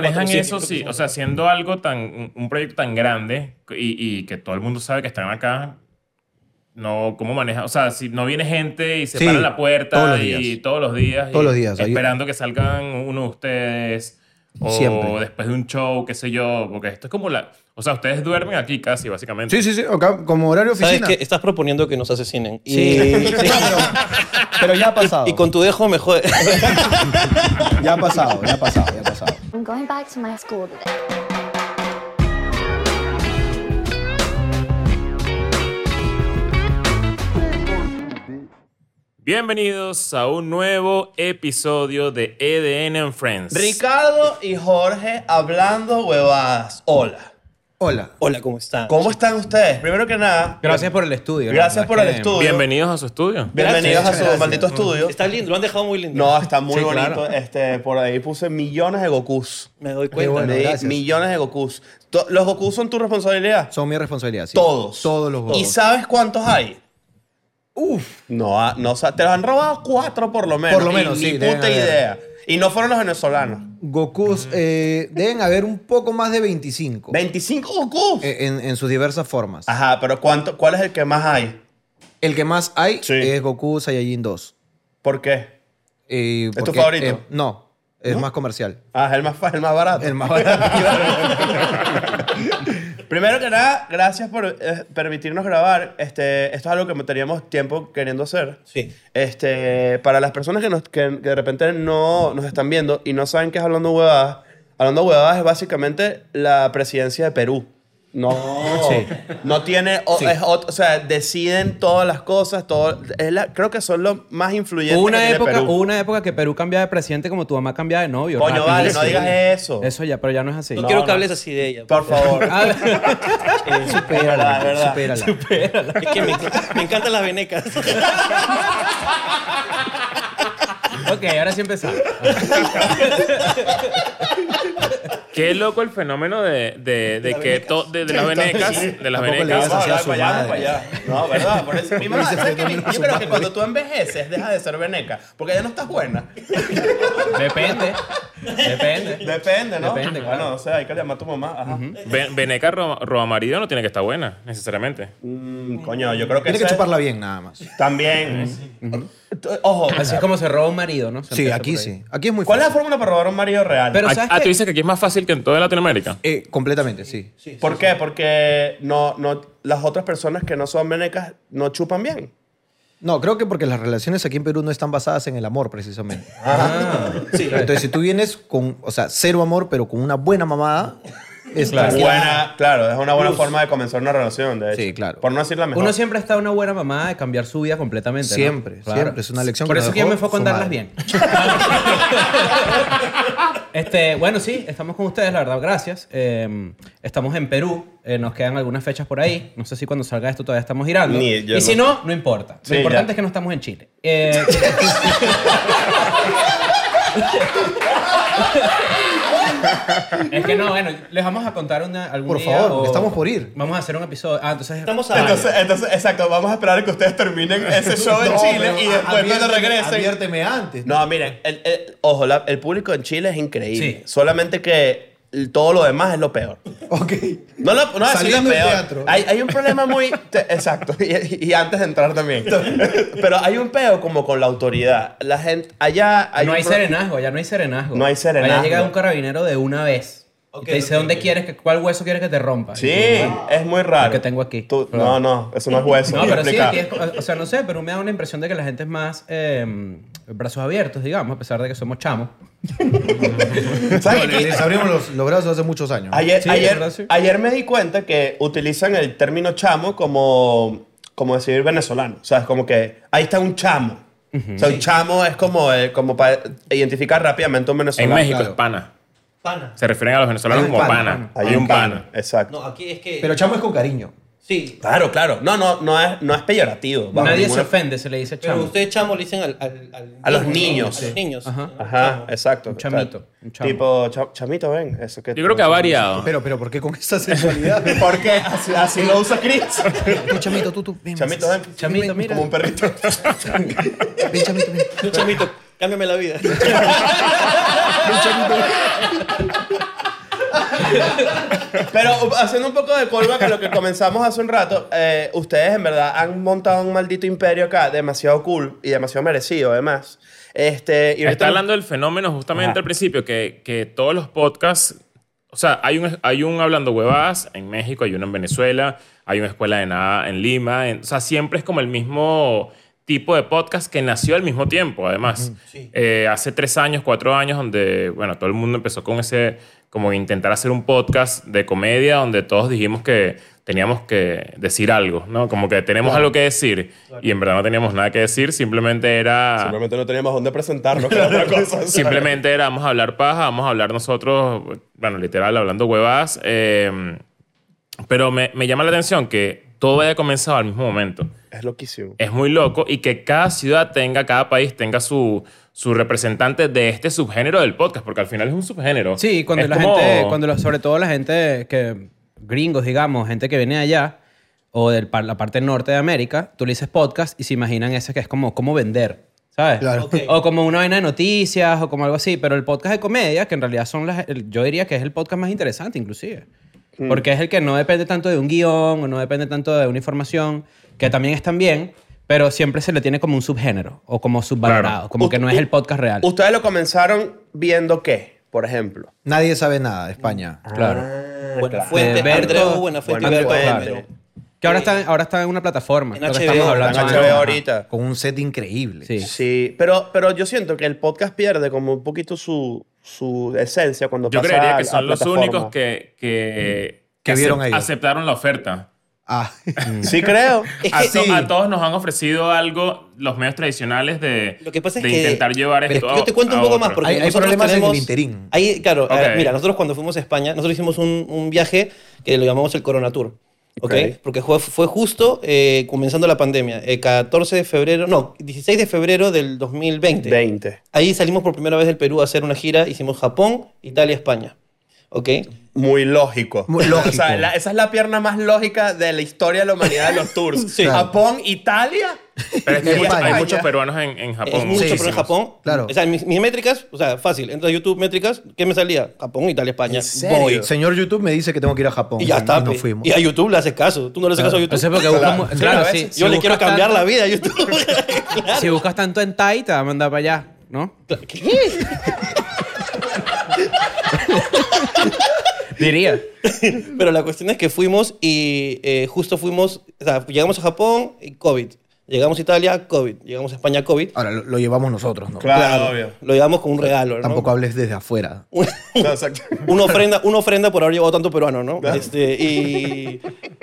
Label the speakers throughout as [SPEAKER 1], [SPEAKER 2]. [SPEAKER 1] manejan eso, sí. O sea, siendo algo tan, un- un proyecto tan grande y, y que todo el mundo sabe que están acá, no, ¿cómo maneja? O sea, si no viene gente y se
[SPEAKER 2] Sí,
[SPEAKER 1] para la puerta
[SPEAKER 2] todos los
[SPEAKER 1] y
[SPEAKER 2] días.
[SPEAKER 1] todos los días. y
[SPEAKER 2] Todos los días, hay-
[SPEAKER 1] Esperando que salgan uno de ustedes. O
[SPEAKER 2] Siempre.
[SPEAKER 1] después de un show, qué sé yo. Porque esto es como la... O sea, ustedes duermen aquí casi, básicamente.
[SPEAKER 2] Sí, sí, sí. acá, como horario
[SPEAKER 3] ¿Sabes
[SPEAKER 2] oficina.
[SPEAKER 3] qué? Estás proponiendo que nos asesinen. Y-
[SPEAKER 4] Sí, sí, pero, pero ya ha pasado.
[SPEAKER 3] Y, con tu dejo me jode.
[SPEAKER 4] Ya ha pasado, ya ha pasado, ya ha pasado.
[SPEAKER 5] I'm going back to my school today.
[SPEAKER 1] Bienvenidos a un nuevo episodio de EDN and Friends.
[SPEAKER 6] Ricardo y Jorge hablando huevadas. Hola.
[SPEAKER 2] Hola.
[SPEAKER 3] Hola, ¿cómo están?
[SPEAKER 6] ¿Cómo están
[SPEAKER 2] Eh,
[SPEAKER 6] ustedes? Primero que nada,
[SPEAKER 7] Gracias por el estudio. la
[SPEAKER 6] gracias
[SPEAKER 7] verdad
[SPEAKER 6] por
[SPEAKER 7] es
[SPEAKER 6] el
[SPEAKER 7] que-
[SPEAKER 6] estudio.
[SPEAKER 1] Bienvenidos a su estudio.
[SPEAKER 6] Bienvenidos a su
[SPEAKER 4] Gracias.
[SPEAKER 6] maldito estudio.
[SPEAKER 3] Está lindo, lo han dejado muy lindo.
[SPEAKER 6] No, está muy
[SPEAKER 7] Sí,
[SPEAKER 6] bonito.
[SPEAKER 7] claro.
[SPEAKER 6] Este, por ahí puse millones de Gokus.
[SPEAKER 3] Me doy cuenta.
[SPEAKER 2] bueno,
[SPEAKER 6] Mi-
[SPEAKER 2] gracias.
[SPEAKER 6] millones de Gokus. To- ¿Los Gokus son tu responsabilidad?
[SPEAKER 2] Son mi responsabilidad. sí.
[SPEAKER 6] Todos.
[SPEAKER 2] Todos los
[SPEAKER 6] ¿Y
[SPEAKER 2] votos.
[SPEAKER 6] sabes cuántos hay? Uf. No, ha- no, sa- te los han robado cuatro por lo menos.
[SPEAKER 2] Por lo menos,
[SPEAKER 6] y,
[SPEAKER 2] sí,
[SPEAKER 6] Ni
[SPEAKER 2] deben
[SPEAKER 6] puta
[SPEAKER 2] haber.
[SPEAKER 6] idea. Y no fueron los venezolanos.
[SPEAKER 2] Gokus, eh, deben haber un poco más de 25
[SPEAKER 6] ¿25 Gokus?
[SPEAKER 2] eh, en, en sus diversas formas.
[SPEAKER 6] Ajá, pero ¿cuánto, ¿cuál es el que más hay?
[SPEAKER 2] El que más hay
[SPEAKER 6] Sí.
[SPEAKER 2] es Goku Saiyajin 2.
[SPEAKER 6] ¿Por qué?
[SPEAKER 2] Eh,
[SPEAKER 6] tu
[SPEAKER 2] porque,
[SPEAKER 6] favorito?
[SPEAKER 2] eh, no, es más comercial.
[SPEAKER 6] Ah, es el más, fa- el más barato.
[SPEAKER 2] El más barato.
[SPEAKER 6] Primero que nada, gracias por eh, permitirnos grabar. Este, esto es algo que teníamos tiempo queriendo hacer.
[SPEAKER 3] Sí.
[SPEAKER 6] Este, para las personas que, nos, que, que de repente no nos están viendo y no saben qué es Hablando Huevadas, Hablando Huevadas es básicamente la presidencia de Perú. No,
[SPEAKER 7] Oh.
[SPEAKER 6] no tiene, o, es ot- o sea, deciden todas las cosas, todo, es la- creo que son los más influyentes.
[SPEAKER 7] Hubo
[SPEAKER 6] Este que
[SPEAKER 7] una
[SPEAKER 6] tiene
[SPEAKER 7] época,
[SPEAKER 6] Perú.
[SPEAKER 7] hubo una época que Perú cambia de presidente como tu mamá cambia de novio.
[SPEAKER 6] Coño,
[SPEAKER 7] rápido.
[SPEAKER 6] vale, no digas eso.
[SPEAKER 7] Eso ya, pero ya no es así.
[SPEAKER 3] No, quiero que
[SPEAKER 6] no.
[SPEAKER 3] hables así de ella.
[SPEAKER 6] Por favor.
[SPEAKER 2] supérala,
[SPEAKER 6] Ah, Es verdad, es verdad.
[SPEAKER 2] supérala.
[SPEAKER 3] Es que me, me encantan las venecas.
[SPEAKER 7] ok, ahora sí empezamos.
[SPEAKER 1] Qué loco el fenómeno de, de, de que to- de, de las venecas, de las
[SPEAKER 2] Tampoco le
[SPEAKER 1] venecas.
[SPEAKER 2] digas así.
[SPEAKER 6] Vamos a
[SPEAKER 2] a
[SPEAKER 6] hablar
[SPEAKER 2] su
[SPEAKER 6] para allá,
[SPEAKER 2] madre.
[SPEAKER 6] vamos para allá. No, verdad, por eso. Mi mamá,
[SPEAKER 2] Ese
[SPEAKER 6] ¿sabes qué?
[SPEAKER 2] fenómeno
[SPEAKER 6] Yo
[SPEAKER 2] su
[SPEAKER 6] creo
[SPEAKER 2] madre.
[SPEAKER 6] que cuando tú envejeces, dejas de ser veneca. Porque ya no estás buena.
[SPEAKER 7] Depende. Depende.
[SPEAKER 6] Depende, ¿no?
[SPEAKER 7] Depende, claro.
[SPEAKER 6] Bueno, o sea, hay que llamar a tu mamá. Ajá.
[SPEAKER 1] Ve- Veneca ro- roba marido no tiene que estar buena, necesariamente.
[SPEAKER 6] Mm, coño, yo creo que.
[SPEAKER 2] Tiene que
[SPEAKER 6] ese-
[SPEAKER 2] chuparla bien, nada más.
[SPEAKER 6] También. T- Ojo.
[SPEAKER 2] Ah,
[SPEAKER 7] Así es como se roba un marido, ¿no? Se
[SPEAKER 2] Sí,
[SPEAKER 7] empieza
[SPEAKER 2] aquí
[SPEAKER 7] por ahí.
[SPEAKER 2] sí. Aquí es muy
[SPEAKER 6] ¿Cuál es la
[SPEAKER 2] fácil.
[SPEAKER 6] fórmula para robar un marido real?
[SPEAKER 7] Pero
[SPEAKER 1] Ah,
[SPEAKER 7] sabes
[SPEAKER 1] ah, tú
[SPEAKER 7] que-
[SPEAKER 1] dices que aquí es más fácil que en toda Latinoamérica.
[SPEAKER 2] Eh, completamente, sí.
[SPEAKER 6] ¿Por qué? Porque no, no, las otras personas que no son venecas no chupan bien.
[SPEAKER 2] No, creo que porque las relaciones aquí en Perú no están basadas en el amor, precisamente.
[SPEAKER 7] Ah,
[SPEAKER 3] Sí.
[SPEAKER 2] Entonces, si tú vienes con, o sea, cero amor, pero con una buena mamada, es
[SPEAKER 6] Buena, claro, es una buena forma de comenzar una relación, de hecho.
[SPEAKER 2] Sí, claro.
[SPEAKER 6] Por no decir la mejor.
[SPEAKER 7] Uno siempre está una buena mamá de cambiar su vida completamente. ¿no?
[SPEAKER 2] Siempre,
[SPEAKER 7] Claro.
[SPEAKER 2] siempre. Es una lección
[SPEAKER 7] Por
[SPEAKER 2] que
[SPEAKER 7] eso
[SPEAKER 2] nos
[SPEAKER 7] que yo me
[SPEAKER 2] dejó
[SPEAKER 7] enfoco en
[SPEAKER 2] su
[SPEAKER 7] darlas
[SPEAKER 2] madre.
[SPEAKER 7] bien. este, bueno, sí, estamos con ustedes, la verdad, gracias. Eh, estamos en Perú, eh, nos quedan algunas fechas por ahí. No sé si cuando salga esto todavía estamos girando.
[SPEAKER 6] Ni- yo
[SPEAKER 7] y si
[SPEAKER 6] no.
[SPEAKER 7] no, no importa. Lo
[SPEAKER 6] Sí,
[SPEAKER 7] importante
[SPEAKER 6] ya.
[SPEAKER 7] es que no estamos en Chile. Eh, es que no, bueno, les vamos a contar una, algún
[SPEAKER 2] Por
[SPEAKER 7] día
[SPEAKER 2] favor,
[SPEAKER 7] o-
[SPEAKER 2] estamos por ir.
[SPEAKER 7] Vamos a hacer un episodio. Ah, entonces
[SPEAKER 3] Estamos a
[SPEAKER 6] Entonces, entonces, exacto, vamos a esperar a que ustedes terminen ese show en
[SPEAKER 2] No,
[SPEAKER 6] Chile
[SPEAKER 2] pero
[SPEAKER 6] y después
[SPEAKER 2] aviérteme-
[SPEAKER 6] cuando regresen.
[SPEAKER 2] Aviérteme antes.
[SPEAKER 6] No, miren, el- el- ojo, la- el público en Chile es increíble.
[SPEAKER 7] Sí.
[SPEAKER 6] Solamente que el- todo lo demás es lo peor.
[SPEAKER 2] Ok.
[SPEAKER 6] No, lo, no decir lo
[SPEAKER 2] Saliendo del
[SPEAKER 6] peor.
[SPEAKER 2] teatro.
[SPEAKER 6] Hay, hay un problema muy. te- exacto, y, y antes de entrar también. Pero hay un peo como con la autoridad. La gente. Allá. Hay
[SPEAKER 7] no
[SPEAKER 6] un
[SPEAKER 7] hay
[SPEAKER 6] pro-
[SPEAKER 7] serenazgo, ya no hay serenazgo.
[SPEAKER 6] No hay serenazgo.
[SPEAKER 7] Allá llega un carabinero de una vez. y te dice dónde quieres, que, cuál hueso quieres que te rompa.
[SPEAKER 6] Sí,
[SPEAKER 7] Y tú,
[SPEAKER 6] es muy raro.
[SPEAKER 7] El que tengo aquí.
[SPEAKER 6] Tú- no,
[SPEAKER 7] Claro.
[SPEAKER 6] no, eso no es hueso.
[SPEAKER 7] No,
[SPEAKER 6] voy a
[SPEAKER 7] pero sí,
[SPEAKER 6] explicar.
[SPEAKER 7] aquí es, o- o sea, no sé, pero me da una impresión de que la gente es más eh, brazos abiertos, digamos, a pesar de que somos chamos.
[SPEAKER 6] ¿Sabes qué?
[SPEAKER 2] Les abrimos los, los brazos hace muchos años.
[SPEAKER 6] Ayer,
[SPEAKER 7] Sí,
[SPEAKER 6] ayer,
[SPEAKER 7] es verdad, sí.
[SPEAKER 6] ayer me di cuenta que utilizan el término chamo como, como decir venezolano. O sea, es como que ahí está un chamo. O sea, un chamo es como, eh, como para identificar rápidamente a un
[SPEAKER 1] en
[SPEAKER 6] venezolano.
[SPEAKER 1] México
[SPEAKER 2] claro.
[SPEAKER 1] es pana.
[SPEAKER 3] pana.
[SPEAKER 1] Se refieren a los venezolanos
[SPEAKER 2] Hay un
[SPEAKER 1] como
[SPEAKER 2] pana,
[SPEAKER 1] pana.
[SPEAKER 6] Hay, un pana. Exacto.
[SPEAKER 3] No, aquí es que.
[SPEAKER 2] Pero chamo es con cariño.
[SPEAKER 3] sí.
[SPEAKER 6] Claro, claro. No, no, no es, no es peyorativo. bajo
[SPEAKER 7] Nadie se
[SPEAKER 6] ninguna-
[SPEAKER 7] ofende se le dice
[SPEAKER 3] Pero
[SPEAKER 7] chamo.
[SPEAKER 3] ustedes chamo le dicen al, al- al-
[SPEAKER 6] A los
[SPEAKER 3] ¿no?
[SPEAKER 6] niños,
[SPEAKER 3] A los
[SPEAKER 6] sí.
[SPEAKER 3] niños.
[SPEAKER 6] Ajá, exacto.
[SPEAKER 7] Un chamito, un chamo.
[SPEAKER 6] Tipo, cha- chamito, ven. Eso que
[SPEAKER 1] Yo creo que ha variado.
[SPEAKER 2] Pero, pero, ¿por qué con esa sensualidad?
[SPEAKER 6] ¿Por qué? Así, así lo usa Chris.
[SPEAKER 2] tú, chamito, tú, tú. Ven,
[SPEAKER 6] chamito, ven.
[SPEAKER 7] Chamito, mira.
[SPEAKER 6] Como un perrito.
[SPEAKER 2] Ven, chamito, ven.
[SPEAKER 3] Un chamito, cámbiame la vida.
[SPEAKER 6] Pero u- haciendo un poco de callback a lo que comenzamos hace un rato, eh, ustedes en verdad han montado un maldito imperio acá demasiado cool y demasiado merecido, además. Este, y ahorita-
[SPEAKER 1] Está hablando del fenómeno justamente al principio, que, que todos los podcasts, o sea, hay un, hay un hablando huevadas en México, hay uno en Venezuela, hay una escuela de nada en Lima, en- o sea, siempre es como el mismo tipo de podcast que nació al mismo tiempo, además. Eh, hace tres años, cuatro años, donde, bueno, todo el mundo empezó con ese, como intentar hacer un podcast de comedia donde todos dijimos que teníamos que decir algo, ¿no? Como que tenemos algo que decir y en verdad no teníamos nada que decir, simplemente era...
[SPEAKER 6] Simplemente no teníamos dónde presentarnos. que era otra cosa, ¿sabes?
[SPEAKER 1] Simplemente era, vamos a hablar paja, vamos a hablar nosotros, bueno, literal, hablando huevadas. eh, pero me, me llama la atención que todo haya comenzado al mismo momento.
[SPEAKER 6] Es loquísimo.
[SPEAKER 1] Es muy loco y que cada ciudad tenga, cada país tenga su, su representante de este subgénero del podcast, porque al final es un subgénero.
[SPEAKER 7] Sí, cuando
[SPEAKER 1] Es
[SPEAKER 7] la
[SPEAKER 1] como-
[SPEAKER 7] gente, cuando la- sobre todo la gente que, gringos, digamos, gente que viene de allá o de la parte norte de América, tú le dices podcast y se imaginan ese que es como cómo vender, ¿sabes?
[SPEAKER 2] Claro.
[SPEAKER 3] Ok.
[SPEAKER 7] O como una vaina de noticias o como algo así, pero el podcast de comedia, que en realidad son las, el- yo diría que es el podcast más interesante inclusive. Porque es el que no depende tanto de un guión o no depende tanto de una información, que también están bien, pero siempre se le tiene como un subgénero o como subvalorado,
[SPEAKER 1] Claro.
[SPEAKER 7] como que
[SPEAKER 6] Ust-
[SPEAKER 7] no es el podcast real.
[SPEAKER 6] Ustedes lo comenzaron viendo qué, por ejemplo.
[SPEAKER 2] Nadie sabe nada de España.
[SPEAKER 6] Ah,
[SPEAKER 7] Claro.
[SPEAKER 3] Buena fuente,
[SPEAKER 7] Eh, Berto-
[SPEAKER 3] Andreu, buena fuente.
[SPEAKER 6] Buena
[SPEAKER 3] Andreu
[SPEAKER 6] fuente.
[SPEAKER 3] Romero.
[SPEAKER 7] Que ahora
[SPEAKER 3] Sí.
[SPEAKER 7] está, ahora está en una plataforma.
[SPEAKER 3] En
[SPEAKER 7] lo que
[SPEAKER 3] HBO,
[SPEAKER 7] estamos
[SPEAKER 6] Están
[SPEAKER 7] hablando.
[SPEAKER 6] en HBO ahorita.
[SPEAKER 2] Con un set increíble.
[SPEAKER 7] Sí.
[SPEAKER 6] Sí, pero, pero yo siento que el podcast pierde como un poquito su, su esencia cuando
[SPEAKER 1] Yo
[SPEAKER 6] pasa
[SPEAKER 1] creería
[SPEAKER 6] a-
[SPEAKER 1] que
[SPEAKER 6] a
[SPEAKER 1] son los
[SPEAKER 6] plataformas.
[SPEAKER 1] únicos que, que,
[SPEAKER 2] Que vieron ellos.
[SPEAKER 1] aceptaron la oferta.
[SPEAKER 2] Ah,
[SPEAKER 6] Sí creo.
[SPEAKER 3] Es
[SPEAKER 1] A,
[SPEAKER 3] que
[SPEAKER 1] to-
[SPEAKER 2] Sí.
[SPEAKER 1] a todos nos han ofrecido algo los medios tradicionales de,
[SPEAKER 3] Lo que pasa es
[SPEAKER 1] de
[SPEAKER 3] que-
[SPEAKER 1] intentar llevar
[SPEAKER 2] Pero
[SPEAKER 1] esto.
[SPEAKER 3] Yo te
[SPEAKER 1] a-
[SPEAKER 3] cuento
[SPEAKER 1] a
[SPEAKER 3] un poco
[SPEAKER 1] otro.
[SPEAKER 3] más porque
[SPEAKER 2] Hay- hay
[SPEAKER 3] nosotros
[SPEAKER 2] problemas en el
[SPEAKER 3] tenemos-
[SPEAKER 2] interín.
[SPEAKER 3] Ahí, claro, a ver,
[SPEAKER 1] Ok.
[SPEAKER 3] mira, nosotros cuando fuimos a España, nosotros hicimos un, un viaje que lo llamamos el Corona Tour. ¿ok?
[SPEAKER 6] Ok.
[SPEAKER 3] Porque fue, fue justo eh, comenzando la pandemia, el 14 de febrero, no, 16 de febrero del 2020.
[SPEAKER 6] 20.
[SPEAKER 3] Ahí salimos por primera vez del Perú a hacer una gira, hicimos Japón, Italia, España. ¿Ok? Eh,
[SPEAKER 6] Muy lógico.
[SPEAKER 2] Muy lógico.
[SPEAKER 6] O sea, la- esa es la pierna más lógica de la historia de la humanidad de los tours.
[SPEAKER 3] Sí.
[SPEAKER 6] Japón, Italia.
[SPEAKER 1] Pero es que
[SPEAKER 2] Y
[SPEAKER 1] hay muchos-
[SPEAKER 2] España.
[SPEAKER 1] hay muchos peruanos en, en Japón.
[SPEAKER 3] Es mucho,
[SPEAKER 2] Sí,
[SPEAKER 3] pero en
[SPEAKER 2] hicimos.
[SPEAKER 3] Japón.
[SPEAKER 2] Claro.
[SPEAKER 3] O sea, mis, mis métricas, o sea, fácil. Entras a YouTube, métricas, ¿qué me salía? Japón, Italia, España. Voy.
[SPEAKER 2] Señor YouTube me dice que tengo que ir a Japón.
[SPEAKER 3] Y ya está.
[SPEAKER 2] Y nos
[SPEAKER 3] pe.
[SPEAKER 2] fuimos.
[SPEAKER 3] Y a YouTube le haces caso. Tú no le haces caso a YouTube.
[SPEAKER 7] Entonces, porque busca mu-
[SPEAKER 6] Sí,
[SPEAKER 7] claro,
[SPEAKER 6] a
[SPEAKER 7] sí,
[SPEAKER 6] veces.
[SPEAKER 7] si
[SPEAKER 3] Yo le quiero
[SPEAKER 7] buscas
[SPEAKER 3] cambiar
[SPEAKER 7] tanto-
[SPEAKER 3] la vida a YouTube.
[SPEAKER 7] Si buscas tanto en Tai, te va a mandar para allá, ¿no? Diría.
[SPEAKER 3] Pero la cuestión es que fuimos y eh, justo fuimos, o sea, llegamos a Japón y COVID. Llegamos a Italia, COVID. Llegamos a España, COVID.
[SPEAKER 2] Ahora, lo, lo llevamos nosotros, ¿no?
[SPEAKER 6] Claro, obvio.
[SPEAKER 3] Lo llevamos con un regalo, ¿no?
[SPEAKER 2] Tampoco hables desde afuera.
[SPEAKER 6] No, exacto.
[SPEAKER 3] una ofrenda, una ofrenda por haber llevado tanto peruano, ¿no? Este, y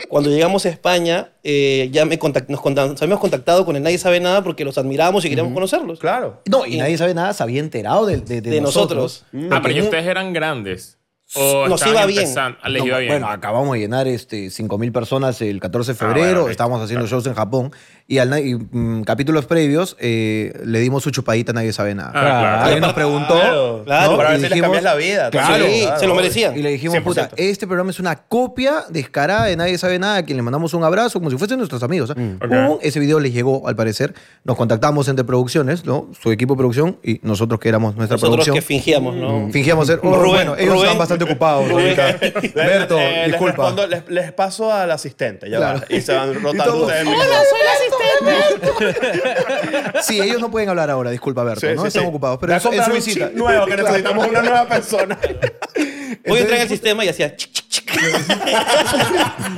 [SPEAKER 3] cuando llegamos a España, eh, ya me contact- nos, conta- nos habíamos contactado con el Nadie Sabe Nada porque los admirábamos y queríamos conocerlos.
[SPEAKER 6] Claro.
[SPEAKER 2] No, y nadie sabe nada, se había enterado de, de- de
[SPEAKER 3] De
[SPEAKER 2] nosotros.
[SPEAKER 3] nosotros.
[SPEAKER 1] Ah, pero ¿y ustedes eran grandes. O
[SPEAKER 3] Nos
[SPEAKER 1] estaban
[SPEAKER 3] iba bien.
[SPEAKER 1] empezando? Ah, les
[SPEAKER 2] No,
[SPEAKER 1] iba bien.
[SPEAKER 2] Bueno, acabamos de llenar este, 5.000 personas el 14 de
[SPEAKER 1] Ah,
[SPEAKER 2] febrero,
[SPEAKER 1] bueno, ok.
[SPEAKER 2] estábamos haciendo shows en Japón y, al, na- y, mm, capítulos previos eh, le dimos su chupadita, nadie sabe nada.
[SPEAKER 1] Ah, claro.
[SPEAKER 2] Alguien nos preguntó.
[SPEAKER 6] Claro.
[SPEAKER 3] Claro.
[SPEAKER 6] Para
[SPEAKER 2] Y
[SPEAKER 6] ver si les
[SPEAKER 2] dijimos-
[SPEAKER 6] cambias la vida.
[SPEAKER 2] Claro.
[SPEAKER 3] Sí, se lo
[SPEAKER 6] obvio.
[SPEAKER 3] merecían.
[SPEAKER 2] Y le dijimos,
[SPEAKER 6] 100%.
[SPEAKER 2] puta, este programa es una copia descarada de Nadie Sabe Nada, a quien le mandamos un abrazo, como si fuesen nuestros amigos. ¿eh?
[SPEAKER 6] Mm.
[SPEAKER 2] Pum, Ese video les llegó, al parecer. Nos contactamos entre producciones, ¿no? Su equipo de producción y nosotros que éramos nuestra
[SPEAKER 3] Nosotros
[SPEAKER 2] producción.
[SPEAKER 3] que fingíamos, ¿no?
[SPEAKER 2] Fingíamos ser. oh,
[SPEAKER 3] Rubén,
[SPEAKER 2] bueno, ellos
[SPEAKER 3] Rubén.
[SPEAKER 2] estaban bastante ocupados. ¿no?
[SPEAKER 3] Rubén.
[SPEAKER 6] Les-
[SPEAKER 2] Berto,
[SPEAKER 6] eh, les
[SPEAKER 2] disculpa.
[SPEAKER 6] respondo- Les, les paso al asistente. Ya
[SPEAKER 2] Claro.
[SPEAKER 6] va. Y se van rotando
[SPEAKER 2] todos,
[SPEAKER 6] ustedes mismos.
[SPEAKER 2] Sí, ellos no pueden hablar ahora, disculpa, Berto,
[SPEAKER 6] Sí,
[SPEAKER 2] ¿no?
[SPEAKER 6] sí,
[SPEAKER 2] Están
[SPEAKER 6] sí.
[SPEAKER 2] ocupados.
[SPEAKER 6] Voy
[SPEAKER 2] Pero
[SPEAKER 6] a
[SPEAKER 2] eso es
[SPEAKER 6] comprar
[SPEAKER 2] su
[SPEAKER 6] un
[SPEAKER 2] visita.
[SPEAKER 6] chip nuevo, que necesitamos una nueva persona.
[SPEAKER 3] Voy a entrar en el
[SPEAKER 2] Entonces,
[SPEAKER 3] sistema y hacía... chic, chic, chic.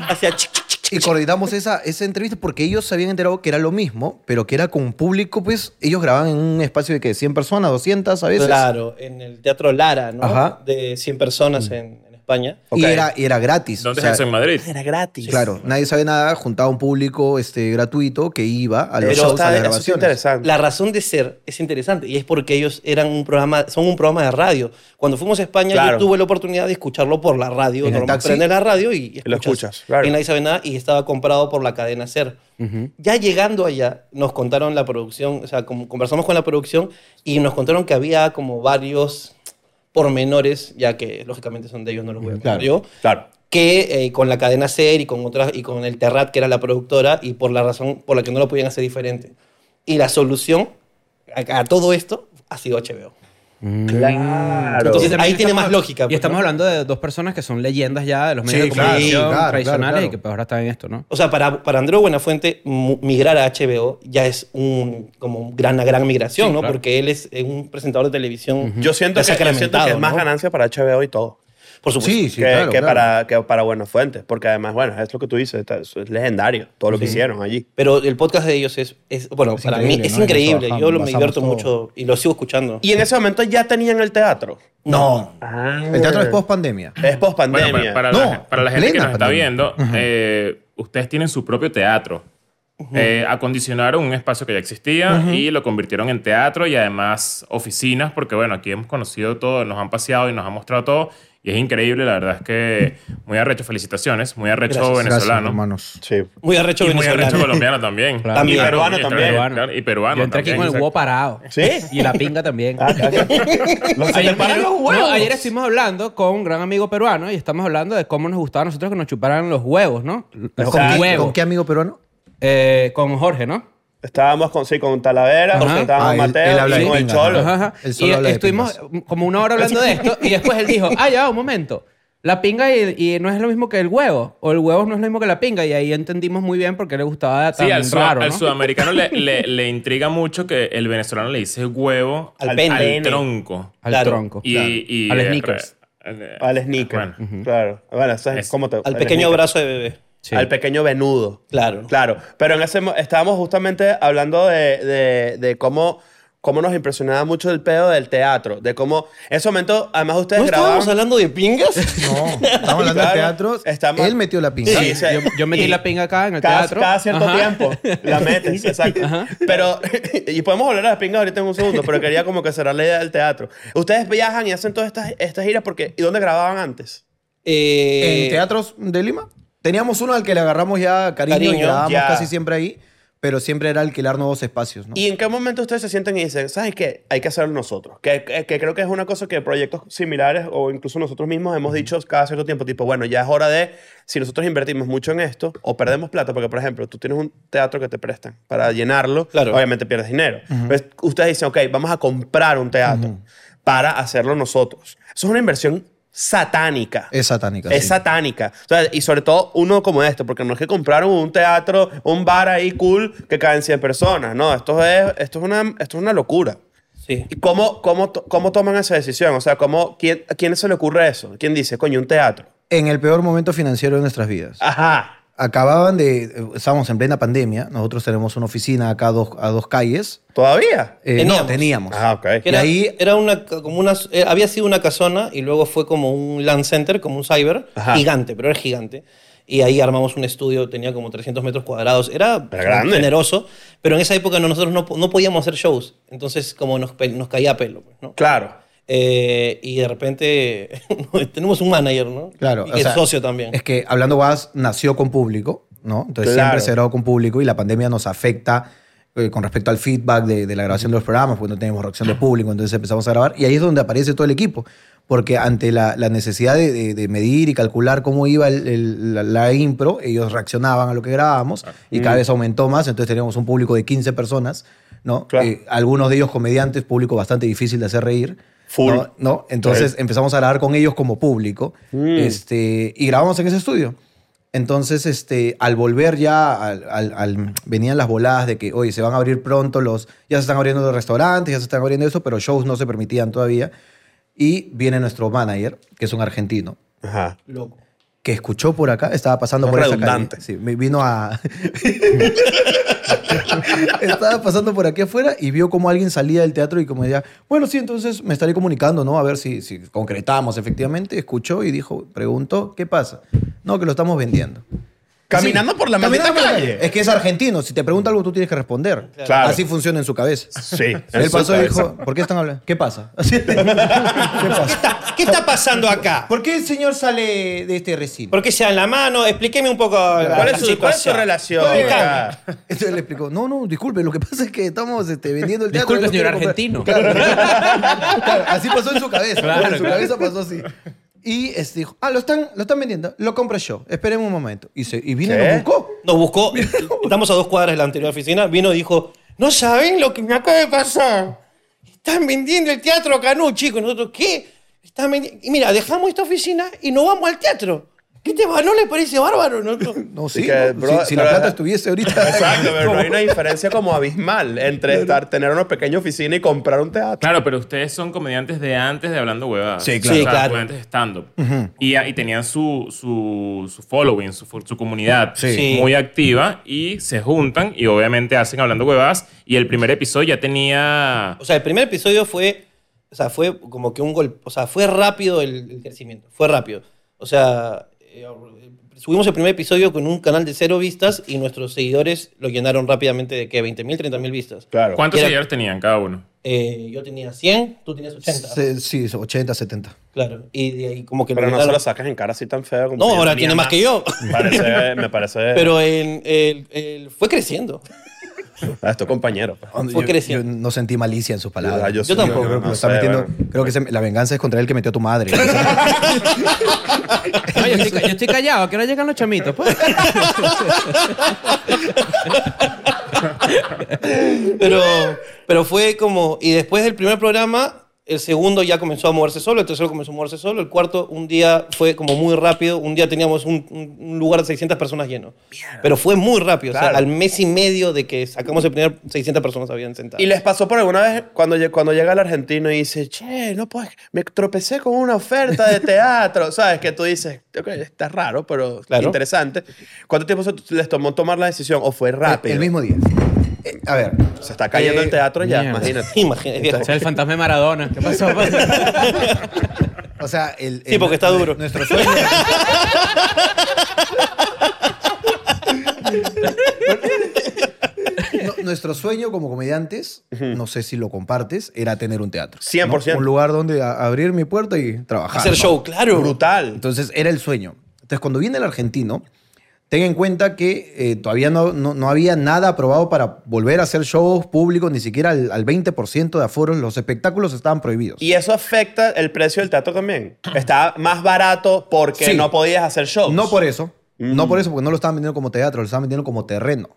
[SPEAKER 3] hacía... chic, chic, chic.
[SPEAKER 2] Y coordinamos esa, esa entrevista porque ellos se habían enterado que era lo mismo, pero que era con un público, pues ellos grababan en un espacio de que 100 personas, 200 a veces.
[SPEAKER 3] Claro, en el Teatro Lara, ¿no?
[SPEAKER 2] Ajá. Mm.
[SPEAKER 3] De 100 personas en, en España.
[SPEAKER 2] Y, era, y era gratis.
[SPEAKER 1] ¿Dónde
[SPEAKER 2] o sea,
[SPEAKER 1] es eso? ¿En Madrid?
[SPEAKER 6] Era gratis.
[SPEAKER 2] Claro, nadie sabe nada, juntaba un público este, gratuito que iba a los
[SPEAKER 6] Pero
[SPEAKER 2] shows, a
[SPEAKER 6] está,
[SPEAKER 2] las
[SPEAKER 6] eso es
[SPEAKER 2] grabaciones.
[SPEAKER 6] interesante.
[SPEAKER 3] La razón de ser es interesante y es porque ellos eran un programa, son un programa de radio. Cuando fuimos a España
[SPEAKER 6] Claro.
[SPEAKER 3] yo tuve la oportunidad de escucharlo por la radio,
[SPEAKER 2] ¿En el
[SPEAKER 3] normal,
[SPEAKER 2] taxi?
[SPEAKER 3] prende la radio y,
[SPEAKER 6] lo escuchas, claro.
[SPEAKER 3] Y nadie sabe nada y estaba comprado por la cadena Ser. Ya llegando allá nos contaron la producción, o sea, como conversamos con la producción y nos contaron que había como varios pormenores, ya que lógicamente son de ellos, no los voy a contar yo
[SPEAKER 6] Claro.
[SPEAKER 3] que eh, con la cadena SER y con otras y con el Terrat que era la productora y por la razón por la que no lo podían hacer diferente. Y la solución a, a todo esto ha sido HBO.
[SPEAKER 6] Claro.
[SPEAKER 3] Entonces,
[SPEAKER 7] también
[SPEAKER 3] ahí tiene
[SPEAKER 7] estamos-
[SPEAKER 3] más lógica.
[SPEAKER 7] Y
[SPEAKER 3] pues,
[SPEAKER 7] estamos
[SPEAKER 3] ¿no?
[SPEAKER 7] hablando de dos personas que son leyendas ya de los medios
[SPEAKER 6] Sí,
[SPEAKER 7] de
[SPEAKER 6] claro,
[SPEAKER 7] comunicación
[SPEAKER 2] sí, claro,
[SPEAKER 7] tradicionales
[SPEAKER 2] claro,
[SPEAKER 7] y que
[SPEAKER 2] claro.
[SPEAKER 7] pues, ahora están en esto, ¿no?
[SPEAKER 3] O sea, para, para Andreu Buenafuente mu- migrar a HBO ya es un, como un gran, una gran migración,
[SPEAKER 7] Sí,
[SPEAKER 3] ¿no?
[SPEAKER 7] claro.
[SPEAKER 3] Porque él es eh, un presentador de televisión. ya
[SPEAKER 6] Yo siento, que, yo siento que
[SPEAKER 3] sacramentado,
[SPEAKER 6] es más
[SPEAKER 3] ¿no?
[SPEAKER 6] ganancia para HBO y todo.
[SPEAKER 3] Por supuesto.
[SPEAKER 2] Sí, sí,
[SPEAKER 6] que,
[SPEAKER 2] claro,
[SPEAKER 6] que
[SPEAKER 2] claro.
[SPEAKER 6] Para, que para Buenas Fuentes. Porque además, bueno, es lo que tú dices, está- es legendario todo lo que hicieron allí.
[SPEAKER 3] Pero el podcast de ellos es, es- bueno,
[SPEAKER 4] Es
[SPEAKER 3] para mí
[SPEAKER 4] increíble,
[SPEAKER 3] es
[SPEAKER 4] ¿no?
[SPEAKER 3] increíble.
[SPEAKER 4] Ellos
[SPEAKER 3] Yo lo, me
[SPEAKER 4] basamos
[SPEAKER 3] divierto
[SPEAKER 4] todo.
[SPEAKER 3] mucho y lo sigo escuchando.
[SPEAKER 6] Y en ese momento ya tenían el teatro.
[SPEAKER 4] No.
[SPEAKER 2] El teatro es post pandemia.
[SPEAKER 6] Es post
[SPEAKER 1] Bueno,
[SPEAKER 6] pandemia.
[SPEAKER 1] para, para
[SPEAKER 2] No,
[SPEAKER 1] la, para la gente que
[SPEAKER 2] plena
[SPEAKER 1] nos está
[SPEAKER 2] pandemia.
[SPEAKER 1] viendo, eh, ustedes tienen su propio teatro. Eh, acondicionaron un espacio que ya existía y lo convirtieron en teatro y además oficinas, porque bueno, aquí hemos conocido todo, nos han paseado y nos han mostrado todo. Y es increíble, la verdad es que muy arrecho, felicitaciones, muy arrecho
[SPEAKER 3] Gracias.
[SPEAKER 2] venezolano. Gracias, hermanos.
[SPEAKER 6] Sí.
[SPEAKER 3] Muy arrecho
[SPEAKER 1] y muy arrecho
[SPEAKER 3] venezolano.
[SPEAKER 1] colombiano también.
[SPEAKER 7] Claro.
[SPEAKER 1] Y
[SPEAKER 3] También.
[SPEAKER 1] peruano
[SPEAKER 6] Y
[SPEAKER 1] también.
[SPEAKER 7] peruano.
[SPEAKER 1] claro, y peruano.
[SPEAKER 7] Yo entré aquí
[SPEAKER 1] también,
[SPEAKER 7] con el
[SPEAKER 1] exacto.
[SPEAKER 7] huevo parado.
[SPEAKER 6] ¿Sí?
[SPEAKER 7] Y la pinga también.
[SPEAKER 6] Los
[SPEAKER 7] Ayer,
[SPEAKER 6] separan los
[SPEAKER 7] no, ayer estuvimos hablando con un gran amigo peruano y estamos hablando de cómo nos gustaba a nosotros que nos chuparan los huevos, ¿no? Los
[SPEAKER 6] Ah,
[SPEAKER 2] ¿Con qué,
[SPEAKER 7] huevos.
[SPEAKER 2] con qué amigo peruano?
[SPEAKER 7] Eh, con Jorge, ¿no?
[SPEAKER 6] Estábamos con, sí, con Talavera,
[SPEAKER 7] Ajá.
[SPEAKER 6] estábamos
[SPEAKER 2] Ah,
[SPEAKER 6] con
[SPEAKER 2] él-
[SPEAKER 6] Mateo
[SPEAKER 2] él habla
[SPEAKER 6] y
[SPEAKER 2] de
[SPEAKER 6] con el
[SPEAKER 2] pinga,
[SPEAKER 6] Cholo.
[SPEAKER 7] Ajá, ajá.
[SPEAKER 2] Él solo
[SPEAKER 7] Y
[SPEAKER 2] habla de
[SPEAKER 7] estuvimos como una hora hablando de esto y después él dijo, ah, ya, un momento. La pinga y, y no es lo mismo que el huevo. O el huevo no es lo mismo que la pinga. Y ahí entendimos muy bien por qué le gustaba tan
[SPEAKER 1] Sí, al, sud-
[SPEAKER 7] raro,
[SPEAKER 1] al
[SPEAKER 7] ¿no?
[SPEAKER 1] sudamericano le, le- le intriga mucho que el venezolano le dice huevo
[SPEAKER 3] Al pene.
[SPEAKER 1] tronco.
[SPEAKER 7] Al
[SPEAKER 3] Claro.
[SPEAKER 7] tronco.
[SPEAKER 1] Y, y-
[SPEAKER 7] Al
[SPEAKER 1] eh,
[SPEAKER 7] sneakers.
[SPEAKER 1] re- eh,
[SPEAKER 6] Al sneaker.
[SPEAKER 1] Bueno.
[SPEAKER 6] Claro. Bueno, eso es,
[SPEAKER 1] Es-
[SPEAKER 6] ¿cómo te-
[SPEAKER 3] Al
[SPEAKER 6] el
[SPEAKER 3] pequeño
[SPEAKER 6] sneaker.
[SPEAKER 3] brazo de bebé.
[SPEAKER 7] Sí.
[SPEAKER 6] Al pequeño venudo.
[SPEAKER 3] Claro.
[SPEAKER 6] Claro. Pero en ese mo- estábamos justamente hablando de, de- de cómo, cómo nos impresionaba mucho el pedo del teatro. De cómo. En ese momento, además, ustedes
[SPEAKER 3] ¿No
[SPEAKER 6] grababan.
[SPEAKER 3] estábamos hablando de pingas?
[SPEAKER 2] No, estamos hablando
[SPEAKER 6] Claro,
[SPEAKER 2] de teatros.
[SPEAKER 6] estamos-
[SPEAKER 2] Él metió la pinza.
[SPEAKER 6] Sí,
[SPEAKER 7] Sí,
[SPEAKER 6] o sea,
[SPEAKER 7] yo, yo metí
[SPEAKER 6] y-
[SPEAKER 7] la pinga acá en el
[SPEAKER 6] cada,
[SPEAKER 7] teatro.
[SPEAKER 6] cada cierto
[SPEAKER 7] Ajá.
[SPEAKER 6] tiempo la metes, exacto. Pero, y podemos hablar de las pingas ahorita en un segundo, pero quería como que cerrar la idea del teatro. Ustedes viajan y hacen todas estas, estas giras porque. ¿Y dónde grababan antes?
[SPEAKER 3] Eh,
[SPEAKER 2] en teatros de Lima. Teníamos uno al que le agarramos ya cariño, y
[SPEAKER 3] Cariño,
[SPEAKER 2] grabábamos
[SPEAKER 6] ya.
[SPEAKER 2] casi siempre ahí, pero siempre era alquilar nuevos espacios, ¿no?
[SPEAKER 6] ¿Y en qué momento ustedes se sienten y dicen, ¿sabes qué? Hay que hacerlo nosotros. Que, que- que creo que es una cosa que proyectos similares o incluso nosotros mismos hemos dicho cada cierto tiempo, tipo, bueno, ya es hora de, si nosotros invertimos mucho en esto o perdemos plata, porque por ejemplo, tú tienes un teatro que te prestan para llenarlo,
[SPEAKER 3] Claro.
[SPEAKER 6] obviamente pierdes dinero. Entonces, ustedes dicen, ok, vamos a comprar un teatro para hacerlo nosotros. Eso es una inversión satánica.
[SPEAKER 2] es satánica.
[SPEAKER 6] Es
[SPEAKER 2] sí.
[SPEAKER 6] satánica. O sea, y sobre todo uno como este, porque no es que compraron un teatro, un bar ahí cool que caen 100 personas. No, esto es, esto es, una, esto es una locura.
[SPEAKER 3] sí.
[SPEAKER 6] ¿Y cómo, cómo, to- cómo toman esa decisión? O sea, ¿cómo, quién, ¿a quién se le ocurre eso? ¿Quién dice, coño, un teatro?
[SPEAKER 2] En el peor momento financiero de nuestras vidas.
[SPEAKER 6] Ah. Ajá.
[SPEAKER 2] Acababan de. eh, Estábamos en plena pandemia. Nosotros tenemos una oficina acá a dos, a dos calles.
[SPEAKER 6] ¿Todavía?
[SPEAKER 2] Eh,
[SPEAKER 3] Teníamos.
[SPEAKER 2] No, teníamos.
[SPEAKER 6] Ah, ok.
[SPEAKER 2] ¿Qué?
[SPEAKER 3] Que Era,
[SPEAKER 2] Y ahí-
[SPEAKER 3] era una, ca- como una, eh, había sido una casona y luego fue como un land center, como un cyber,
[SPEAKER 6] Ajá.
[SPEAKER 3] gigante, pero era gigante. Y ahí armamos un estudio, tenía como 300 metros cuadrados, era,
[SPEAKER 6] Era grande.
[SPEAKER 3] generoso, pero en esa época no- nosotros no, po- no podíamos hacer shows, entonces como nos, pe- nos caía a pelo. pues, ¿no?
[SPEAKER 6] Claro.
[SPEAKER 3] Eh, y de repente tenemos un manager, ¿no?
[SPEAKER 2] Claro.
[SPEAKER 3] Y
[SPEAKER 2] o
[SPEAKER 3] que
[SPEAKER 2] sea,
[SPEAKER 3] es socio también.
[SPEAKER 2] Es que hablando guas nació con público, ¿no? Entonces
[SPEAKER 6] Claro.
[SPEAKER 2] siempre se grabó con público y la pandemia nos afecta eh, con respecto al feedback de, de la grabación de los programas, porque no teníamos reacción de público, entonces empezamos a grabar y ahí es donde aparece todo el equipo. Porque ante la, la necesidad de, de- de medir y calcular cómo iba el- el- la, la impro, ellos reaccionaban a lo que grabábamos y cada vez aumentó más, entonces teníamos un público de 15 personas, ¿no?
[SPEAKER 6] Claro.
[SPEAKER 2] Eh, algunos de ellos comediantes, público bastante difícil de hacer reír.
[SPEAKER 6] Full.
[SPEAKER 2] ¿no? ¿no? Entonces empezamos a grabar con ellos como público este, y grabamos en ese estudio. Entonces, este, al volver ya, al- al- al- venían las voladas de que, oye, se van a abrir pronto los, ya se están abriendo los restaurantes, ya se están abriendo eso, pero shows no se permitían todavía. Y viene nuestro manager, que es un argentino,
[SPEAKER 6] Ajá.
[SPEAKER 2] que escuchó por acá, estaba pasando
[SPEAKER 6] Es
[SPEAKER 2] por
[SPEAKER 6] redundante.
[SPEAKER 2] esa calle. Sí, me- vino a... estaba pasando por aquí afuera y vio como alguien salía del teatro y como decía, bueno, sí, entonces me estaré comunicando, ¿no? A ver si, si concretamos efectivamente. Escuchó y dijo, preguntó, ¿qué pasa? No, que lo estamos vendiendo.
[SPEAKER 6] Caminando por la maldita
[SPEAKER 2] Caminando por la
[SPEAKER 6] calle.
[SPEAKER 2] calle. Es que es argentino. Si te pregunta algo, tú tienes que responder.
[SPEAKER 6] Claro.
[SPEAKER 2] Así funciona en su cabeza.
[SPEAKER 6] Sí.
[SPEAKER 2] Él pasó y
[SPEAKER 6] Eso-
[SPEAKER 2] dijo, ¿por qué están hablando? ¿Qué pasa? Así. ¿Qué pasa?
[SPEAKER 3] ¿Qué está pasando acá?
[SPEAKER 2] ¿Por qué el señor sale de este recinto?
[SPEAKER 3] ¿Por qué se dan la mano? Explíqueme un poco la,
[SPEAKER 6] ¿Cuál
[SPEAKER 3] la
[SPEAKER 6] es su, cuál es su
[SPEAKER 3] situación.
[SPEAKER 6] relación?
[SPEAKER 3] Explícame.
[SPEAKER 2] Entonces le explicó, no, no, disculpe, lo que pasa es que estamos este, vendiendo el teatro.
[SPEAKER 7] Disculpe,
[SPEAKER 2] Él
[SPEAKER 7] señor
[SPEAKER 2] quiere comprar".
[SPEAKER 7] argentino.
[SPEAKER 2] Claro, claro, así pasó en su cabeza.
[SPEAKER 7] Claro,
[SPEAKER 2] en su
[SPEAKER 7] claro.
[SPEAKER 2] cabeza pasó así. Y este, dijo, ah, lo están, lo están vendiendo, lo compré yo, esperemos un momento. Y, se, y vino y
[SPEAKER 6] ¿Qué?
[SPEAKER 2] lo buscó.
[SPEAKER 3] Nos buscó, estamos a dos cuadras de la anterior oficina, vino y dijo, no saben lo que me acaba de pasar. están vendiendo el teatro Canú, chicos. Nosotros, ¿qué? Están vendi- y mira, dejamos esta oficina y nos vamos al teatro. ¿Qué te va? ¿No le parece bárbaro? Nosotros,
[SPEAKER 2] No,
[SPEAKER 6] Así
[SPEAKER 2] sí.
[SPEAKER 6] que,
[SPEAKER 2] ¿no?
[SPEAKER 6] bro,
[SPEAKER 2] si, si la
[SPEAKER 6] pero-
[SPEAKER 2] plata estuviese ahorita.
[SPEAKER 6] Exacto, pero hay una diferencia como abismal entre estar, tener una pequeña oficina y comprar un teatro.
[SPEAKER 1] Claro, pero ustedes son comediantes de antes de Hablando Huevadas.
[SPEAKER 2] Sí,
[SPEAKER 3] claro. Sí,
[SPEAKER 1] O sea,
[SPEAKER 3] claro.
[SPEAKER 1] comediantes de stand-up. y, ah, y tenían su, su, su following, su, fu- su comunidad
[SPEAKER 3] Sí.
[SPEAKER 1] muy activa y se juntan y obviamente hacen Hablando Huevadas. Y el primer episodio ya tenía...
[SPEAKER 3] O sea, el primer episodio fue, o sea, fue como que un golpe, o sea, fue rápido el, el crecimiento, fue rápido. O sea, eh, subimos el primer episodio con un canal de cero vistas y nuestros seguidores lo llenaron rápidamente de que 20.000, 30.000 vistas.
[SPEAKER 6] Claro.
[SPEAKER 1] ¿Cuántos
[SPEAKER 3] Era-
[SPEAKER 1] seguidores tenían cada uno?
[SPEAKER 3] Eh, yo tenía 100, tú tenías 80.
[SPEAKER 2] Se- Sí, 80, 70.
[SPEAKER 3] Claro. Y de ahí como que
[SPEAKER 6] Pero
[SPEAKER 3] lo
[SPEAKER 6] no se lo
[SPEAKER 3] llenaron.
[SPEAKER 6] sacas en cara así tan feo. Como
[SPEAKER 3] No,
[SPEAKER 6] que yo
[SPEAKER 3] ahora
[SPEAKER 6] tenía
[SPEAKER 3] tiene más que yo.
[SPEAKER 6] Parece- me parece...
[SPEAKER 3] Pero en- el- el- fue creciendo.
[SPEAKER 6] Ah, es tu compañero. pues.
[SPEAKER 3] Fue
[SPEAKER 2] yo,
[SPEAKER 3] creciendo.
[SPEAKER 2] yo no sentí malicia en sus palabras.
[SPEAKER 6] Ah,
[SPEAKER 3] Yo tampoco,
[SPEAKER 6] no
[SPEAKER 2] Creo que lo
[SPEAKER 6] sé,
[SPEAKER 2] está metiendo-
[SPEAKER 6] bueno.
[SPEAKER 2] creo que se- la venganza es contra el que metió a tu madre.
[SPEAKER 7] No, yo, estoy, ca- yo estoy callado, que ahora llegan los chamitos. pues.
[SPEAKER 3] pero, pero fue como. Y después del primer programa, el segundo ya comenzó a moverse solo, el tercero comenzó a moverse solo, el cuarto un día fue como muy rápido. Un día teníamos un, un- un lugar de 600 personas lleno. Pero fue muy rápido. O
[SPEAKER 6] Claro.
[SPEAKER 3] sea, al mes y medio de que sacamos el primer, 600 personas habían sentado.
[SPEAKER 6] Y les pasó por alguna vez cuando, lle- cuando llega el argentino y dice, che, no puedes, me tropecé con una oferta de teatro, ¿sabes? Que tú dices, "Ok, está raro, pero
[SPEAKER 3] Claro.
[SPEAKER 6] interesante. ¿Cuánto tiempo se- les tomó tomar la decisión o fue rápido?
[SPEAKER 2] El mismo día. Eh, a ver.
[SPEAKER 6] Se está cayendo
[SPEAKER 2] Eh,
[SPEAKER 6] el teatro ya,
[SPEAKER 7] mierda.
[SPEAKER 6] imagínate.
[SPEAKER 3] Imagínate, viejo.
[SPEAKER 7] O sea, el fantasma de Maradona. ¿Qué pasó? pues?
[SPEAKER 2] O sea, el.
[SPEAKER 3] Sí,
[SPEAKER 2] el-
[SPEAKER 3] porque está duro.
[SPEAKER 2] Nuestro sueño. No, nuestro sueño como comediantes, no sé si lo compartes, era tener un teatro.
[SPEAKER 6] 100%.
[SPEAKER 2] ¿no? Un lugar donde a- abrir mi puerta y trabajar.
[SPEAKER 3] Hacer
[SPEAKER 2] ¿no?
[SPEAKER 3] show, claro.
[SPEAKER 6] Ah, Brutal.
[SPEAKER 2] Entonces era el sueño. Entonces cuando viene el argentino, ten en cuenta que eh, todavía no, no- no había nada aprobado para volver a hacer shows públicos, ni siquiera al, al 20% de aforos, los espectáculos estaban prohibidos.
[SPEAKER 6] Y eso afecta el precio del teatro también. Está más barato porque
[SPEAKER 2] Sí.
[SPEAKER 6] no podías hacer shows.
[SPEAKER 2] No por eso. No por eso, porque no lo estaban vendiendo como teatro, lo estaban vendiendo como terreno.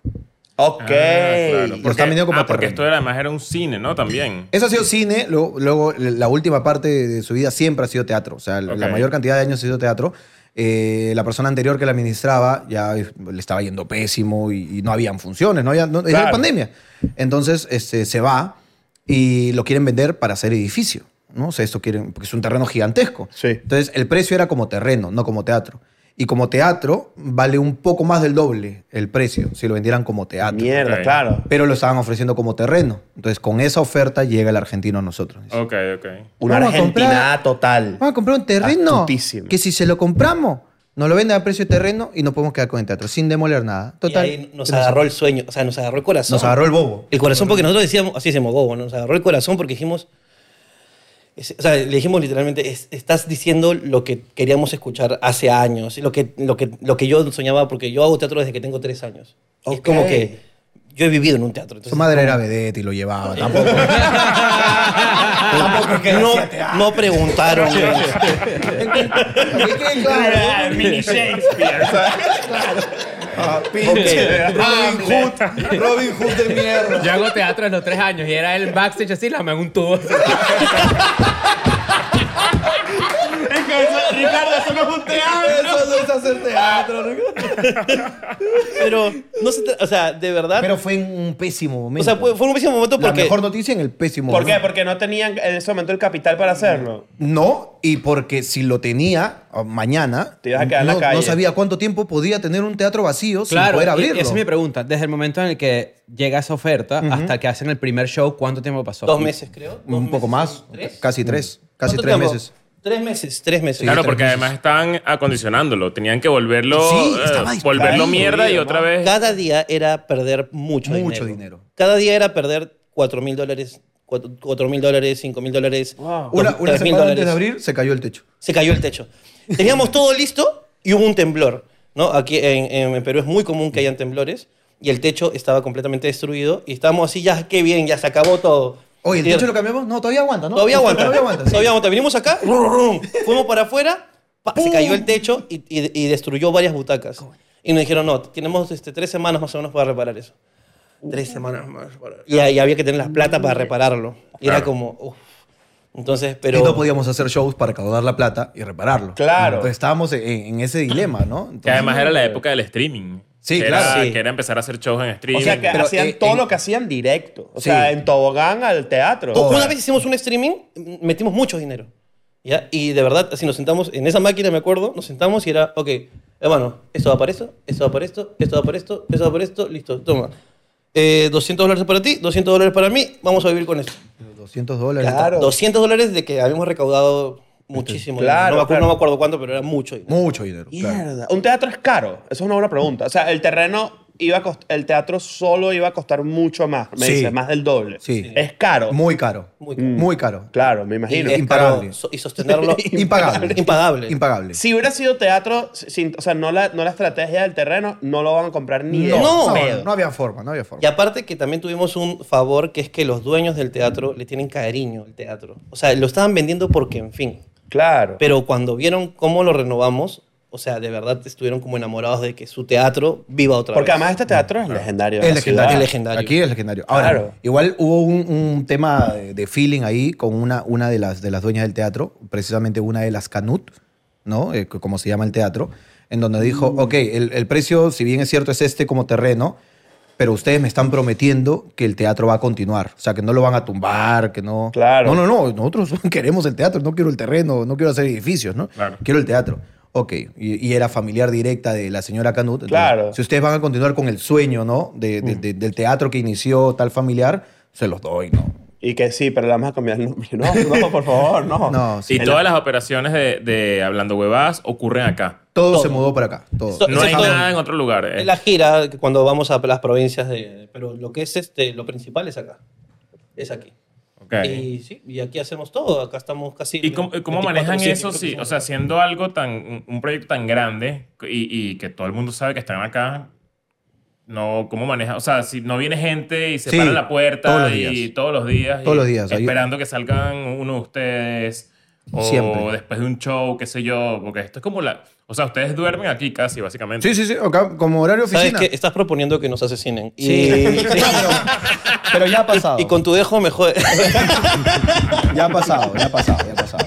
[SPEAKER 6] Ok.
[SPEAKER 2] Lo están vendiendo como
[SPEAKER 1] ah, porque
[SPEAKER 2] terreno.
[SPEAKER 1] esto era- además era un cine, ¿no? También.
[SPEAKER 6] Mm.
[SPEAKER 2] Eso ha sido cine, luego, luego la última parte de su vida siempre ha sido teatro. O sea, la- la
[SPEAKER 1] Ok.
[SPEAKER 2] mayor cantidad de años ha sido teatro. Eh, la persona anterior que la administraba ya eh, le estaba yendo pésimo y, y no habían funciones, no había, no- era
[SPEAKER 6] Claro.
[SPEAKER 2] pandemia. Entonces este, se va y lo quieren vender para hacer edificio. ¿no? O sea, esto quieren, porque es un terreno gigantesco.
[SPEAKER 6] Sí.
[SPEAKER 2] Entonces el precio era como terreno, no como teatro. Y como teatro vale un poco más del doble el precio si lo vendieran como teatro
[SPEAKER 6] Mierda,
[SPEAKER 1] Ok.
[SPEAKER 6] claro.
[SPEAKER 2] pero lo estaban ofreciendo como terreno. Entonces, con esa oferta llega el argentino a nosotros. Dice,
[SPEAKER 1] Ok, ok.
[SPEAKER 6] Una
[SPEAKER 2] Vamos a
[SPEAKER 6] argentinada
[SPEAKER 2] comprar- Ah,
[SPEAKER 6] total.
[SPEAKER 2] Vamos a comprar un terreno
[SPEAKER 6] Astutísimo.
[SPEAKER 2] que si se lo compramos, nos lo venden a precio de terreno y nos podemos quedar con el teatro sin demoler nada. Total.
[SPEAKER 3] Y ahí nos agarró el sueño, o sea, nos agarró el corazón.
[SPEAKER 2] Nos agarró el bobo.
[SPEAKER 3] El corazón, porque nosotros decíamos, así decimos, bobo, ¿no? nos agarró el corazón porque dijimos, es- o sea, le dijimos literalmente, es- estás diciendo lo que queríamos escuchar hace años, lo que, lo, que, lo que yo soñaba, porque yo hago teatro desde que tengo tres años. Es
[SPEAKER 6] Ok.
[SPEAKER 3] como que yo he vivido en un teatro.
[SPEAKER 2] Su
[SPEAKER 3] entonces-
[SPEAKER 2] madre era vedette y lo llevaba.
[SPEAKER 3] Eh,
[SPEAKER 2] Tampoco.
[SPEAKER 3] Tampoco es que no, no preguntaron.
[SPEAKER 1] Ah, mini Shakespeare.
[SPEAKER 4] Ah, pinche. Robin Hood. Robin Hood de mierda.
[SPEAKER 7] Yo hago teatro desde los tres años y era el backstage así, la me hago un tubo.
[SPEAKER 1] Ricardo, eso no es un teatro.
[SPEAKER 4] Eso no es hacer teatro.
[SPEAKER 3] pero, no se tra- o sea, de verdad.
[SPEAKER 2] Pero fue en un pésimo
[SPEAKER 3] o
[SPEAKER 2] momento.
[SPEAKER 3] sea, fue, fue un pésimo momento
[SPEAKER 2] la
[SPEAKER 3] porque.
[SPEAKER 2] mejor noticia en el pésimo
[SPEAKER 6] ¿Por qué?
[SPEAKER 2] momento.
[SPEAKER 6] Porque no tenían en ese momento el capital para hacerlo.
[SPEAKER 2] No, y porque si lo tenía ah, mañana,
[SPEAKER 6] Te ibas a quedar en la
[SPEAKER 2] no,
[SPEAKER 6] calle.
[SPEAKER 2] no sabía cuánto tiempo podía tener un teatro vacío sin
[SPEAKER 7] Claro,
[SPEAKER 2] poder
[SPEAKER 7] y- y
[SPEAKER 2] abrirlo.
[SPEAKER 7] esa es mi pregunta. Desde el momento en el que llega esa oferta hasta que hacen el primer show, ¿cuánto tiempo pasó?
[SPEAKER 3] Dos meses, creo. dos
[SPEAKER 2] un poco
[SPEAKER 3] meses,
[SPEAKER 2] más,
[SPEAKER 3] tres. Mm.
[SPEAKER 2] casi tres, casi
[SPEAKER 3] ¿Cuánto
[SPEAKER 2] tres
[SPEAKER 3] tiempo?
[SPEAKER 2] meses.
[SPEAKER 3] Tres meses, tres meses.
[SPEAKER 1] Claro, porque además estaban acondicionándolo. Tenían que volverlo,
[SPEAKER 2] Sí,
[SPEAKER 1] eh,
[SPEAKER 2] estaba ahí.
[SPEAKER 1] volverlo
[SPEAKER 6] Ahí,
[SPEAKER 1] mierda y
[SPEAKER 6] jodido,
[SPEAKER 1] otra
[SPEAKER 6] ¿no?
[SPEAKER 1] vez.
[SPEAKER 3] Cada día era perder mucho, dinero.
[SPEAKER 2] Mucho dinero.
[SPEAKER 3] Cada día era perder 4 mil dólares, 4 mil dólares, 5 mil dólares,
[SPEAKER 2] Una, una
[SPEAKER 3] 3 mil
[SPEAKER 2] semana antes
[SPEAKER 3] dólares.
[SPEAKER 2] de abrir se cayó el techo.
[SPEAKER 3] Se cayó el techo. Teníamos todo listo y hubo un temblor. ¿no? Aquí en, en- en Perú es muy común que hayan temblores y el techo estaba completamente destruido y estábamos así, ya, qué bien, ya se acabó todo.
[SPEAKER 2] Oye, ¿el
[SPEAKER 3] Y-
[SPEAKER 2] techo lo cambiamos? No, todavía aguanta, ¿no? Este,
[SPEAKER 3] Todavía aguanta.
[SPEAKER 2] Todavía aguanta. sí.
[SPEAKER 3] Todavía aguanta. Vinimos acá, rum, rum, fuimos para afuera, pa, se cayó el techo y, y- y destruyó varias butacas. Y nos dijeron, no, tenemos este, tres semanas más o menos para reparar eso.
[SPEAKER 2] Uh.
[SPEAKER 3] tres semanas más. para- Y, ahí había que tener las plata para repararlo. Y era como, uff. Entonces, pero...
[SPEAKER 2] Y no podíamos hacer shows para caudar la plata y repararlo.
[SPEAKER 6] Claro.
[SPEAKER 2] Entonces estábamos en, en ese dilema, ¿no? Entonces-
[SPEAKER 1] Que además era la época del streaming.
[SPEAKER 2] Sí,
[SPEAKER 1] Que
[SPEAKER 2] claro,
[SPEAKER 1] Era,
[SPEAKER 3] sí.
[SPEAKER 1] Que era empezar a hacer shows en streaming.
[SPEAKER 6] O sea, que
[SPEAKER 2] Pero,
[SPEAKER 6] hacían
[SPEAKER 2] eh,
[SPEAKER 6] todo
[SPEAKER 2] en-
[SPEAKER 6] lo que hacían directo. O
[SPEAKER 2] Sí.
[SPEAKER 6] sea, en tobogán al teatro.
[SPEAKER 3] To- Una vez hicimos un streaming, mm, metimos mucho dinero. ¿ya? Y de verdad, así nos sentamos en esa máquina, me acuerdo, nos sentamos y era, ok, hermano, esto va para esto, esto va para esto, esto va para esto, esto va para esto, listo, toma. Eh, 200 dólares para ti, 200 dólares para mí, vamos a vivir con esto.
[SPEAKER 2] 200 dólares.
[SPEAKER 3] 200 dólares de que habíamos recaudado muchísimo. dinero. no,
[SPEAKER 6] Claro,
[SPEAKER 3] me acuerdo,
[SPEAKER 6] claro.
[SPEAKER 3] no me acuerdo cuánto, pero era mucho dinero.
[SPEAKER 2] Mucho dinero. claro.
[SPEAKER 6] Mierda. Un teatro es caro. Esa es una buena pregunta. O sea, el terreno iba a cost- el teatro solo iba a costar mucho más. Me
[SPEAKER 2] Sí.
[SPEAKER 6] dice, más del doble.
[SPEAKER 2] Sí.
[SPEAKER 6] Es caro.
[SPEAKER 2] Muy caro.
[SPEAKER 3] Muy
[SPEAKER 2] Muy
[SPEAKER 3] caro.
[SPEAKER 2] caro.
[SPEAKER 6] Claro, me
[SPEAKER 3] Y,
[SPEAKER 6] imagino.
[SPEAKER 3] es
[SPEAKER 2] Impagable.
[SPEAKER 3] caro so- y sostenerlo.
[SPEAKER 2] Impagable.
[SPEAKER 3] Impagable.
[SPEAKER 2] Impagable.
[SPEAKER 6] Si hubiera sido teatro, sin, o sea, no la, no la estrategia del terreno, no lo van a comprar ni de
[SPEAKER 3] No.
[SPEAKER 6] pedo.
[SPEAKER 2] no, no había forma, no había forma.
[SPEAKER 3] Y aparte que también tuvimos un favor que es que los dueños del teatro le tienen cariño al teatro. O sea, lo estaban vendiendo porque, en fin.
[SPEAKER 6] Claro.
[SPEAKER 3] Pero cuando vieron cómo lo renovamos, o sea, de verdad estuvieron como enamorados de que su teatro viva otra
[SPEAKER 6] Porque
[SPEAKER 3] vez.
[SPEAKER 6] además este teatro es legendario. de
[SPEAKER 2] Es
[SPEAKER 6] la
[SPEAKER 2] legendario.
[SPEAKER 6] ciudad.
[SPEAKER 3] Es legendario.
[SPEAKER 2] Aquí es legendario. Ahora,
[SPEAKER 6] Claro.
[SPEAKER 2] igual hubo un, un tema de, de feeling ahí con una, una de, las, de las dueñas del teatro, precisamente una de las Canut, ¿no? Eh, como se llama el teatro, en donde dijo,
[SPEAKER 6] Mm.
[SPEAKER 2] ok, el, el precio, si bien es cierto, es este como terreno, pero ustedes me están prometiendo que el teatro va a continuar. O sea, que no lo van a tumbar, que no... No,
[SPEAKER 6] Claro.
[SPEAKER 2] no, no, nosotros queremos el teatro, no quiero el terreno, no quiero hacer edificios, ¿no?
[SPEAKER 1] Claro.
[SPEAKER 2] Quiero el teatro. Ok, y, y era familiar directa de la señora Canut. Entonces,
[SPEAKER 6] Claro.
[SPEAKER 2] Si ustedes van a continuar con el sueño, ¿no? De- de- de- del teatro que inició tal familiar, se los doy, ¿no?
[SPEAKER 6] Y que sí, pero le vamos a cambiar el nombre. No, no, por favor, no.
[SPEAKER 2] No, sí.
[SPEAKER 1] y todas las operaciones de, de Hablando Huevadas ocurren acá.
[SPEAKER 2] Todo,
[SPEAKER 3] todo.
[SPEAKER 2] se mudó para acá. Todo.
[SPEAKER 3] So-
[SPEAKER 1] No
[SPEAKER 3] Eso
[SPEAKER 1] hay
[SPEAKER 3] es todo.
[SPEAKER 1] nada en otro lugar. eh.
[SPEAKER 3] Es la gira que cuando vamos a las provincias de... Pero lo que es este, lo principal es acá. Es aquí.
[SPEAKER 1] Ok.
[SPEAKER 3] Y sí, y aquí hacemos todo. Acá estamos casi...
[SPEAKER 1] ¿Y cómo, y cómo
[SPEAKER 3] 24/7,
[SPEAKER 1] manejan eso?
[SPEAKER 3] creo que
[SPEAKER 1] Sí, o
[SPEAKER 3] somos
[SPEAKER 1] sea,
[SPEAKER 3] acá.
[SPEAKER 1] siendo algo tan, un- un proyecto tan grande y, y que todo el mundo sabe que están acá, no, ¿cómo manejan? O sea, si no viene gente y se
[SPEAKER 2] Sí,
[SPEAKER 1] para la puerta
[SPEAKER 2] todos los
[SPEAKER 1] y
[SPEAKER 2] días.
[SPEAKER 1] todos los días. y
[SPEAKER 2] Todos los días, hay-
[SPEAKER 1] Esperando que salgan uno de ustedes. O
[SPEAKER 2] Siempre.
[SPEAKER 1] después de un show, qué sé yo. Porque esto es como la... O sea, ustedes duermen aquí casi, básicamente.
[SPEAKER 2] Sí, sí, sí. acá, como horario
[SPEAKER 3] ¿Sabes
[SPEAKER 2] oficina.
[SPEAKER 3] qué? Estás proponiendo que nos asesinen. Y-
[SPEAKER 2] Sí,
[SPEAKER 3] sí.
[SPEAKER 2] pero, pero ya ha pasado.
[SPEAKER 3] Y con tu dejo me jode.
[SPEAKER 2] Ya ha pasado, ya ha pasado, ya ha pasado.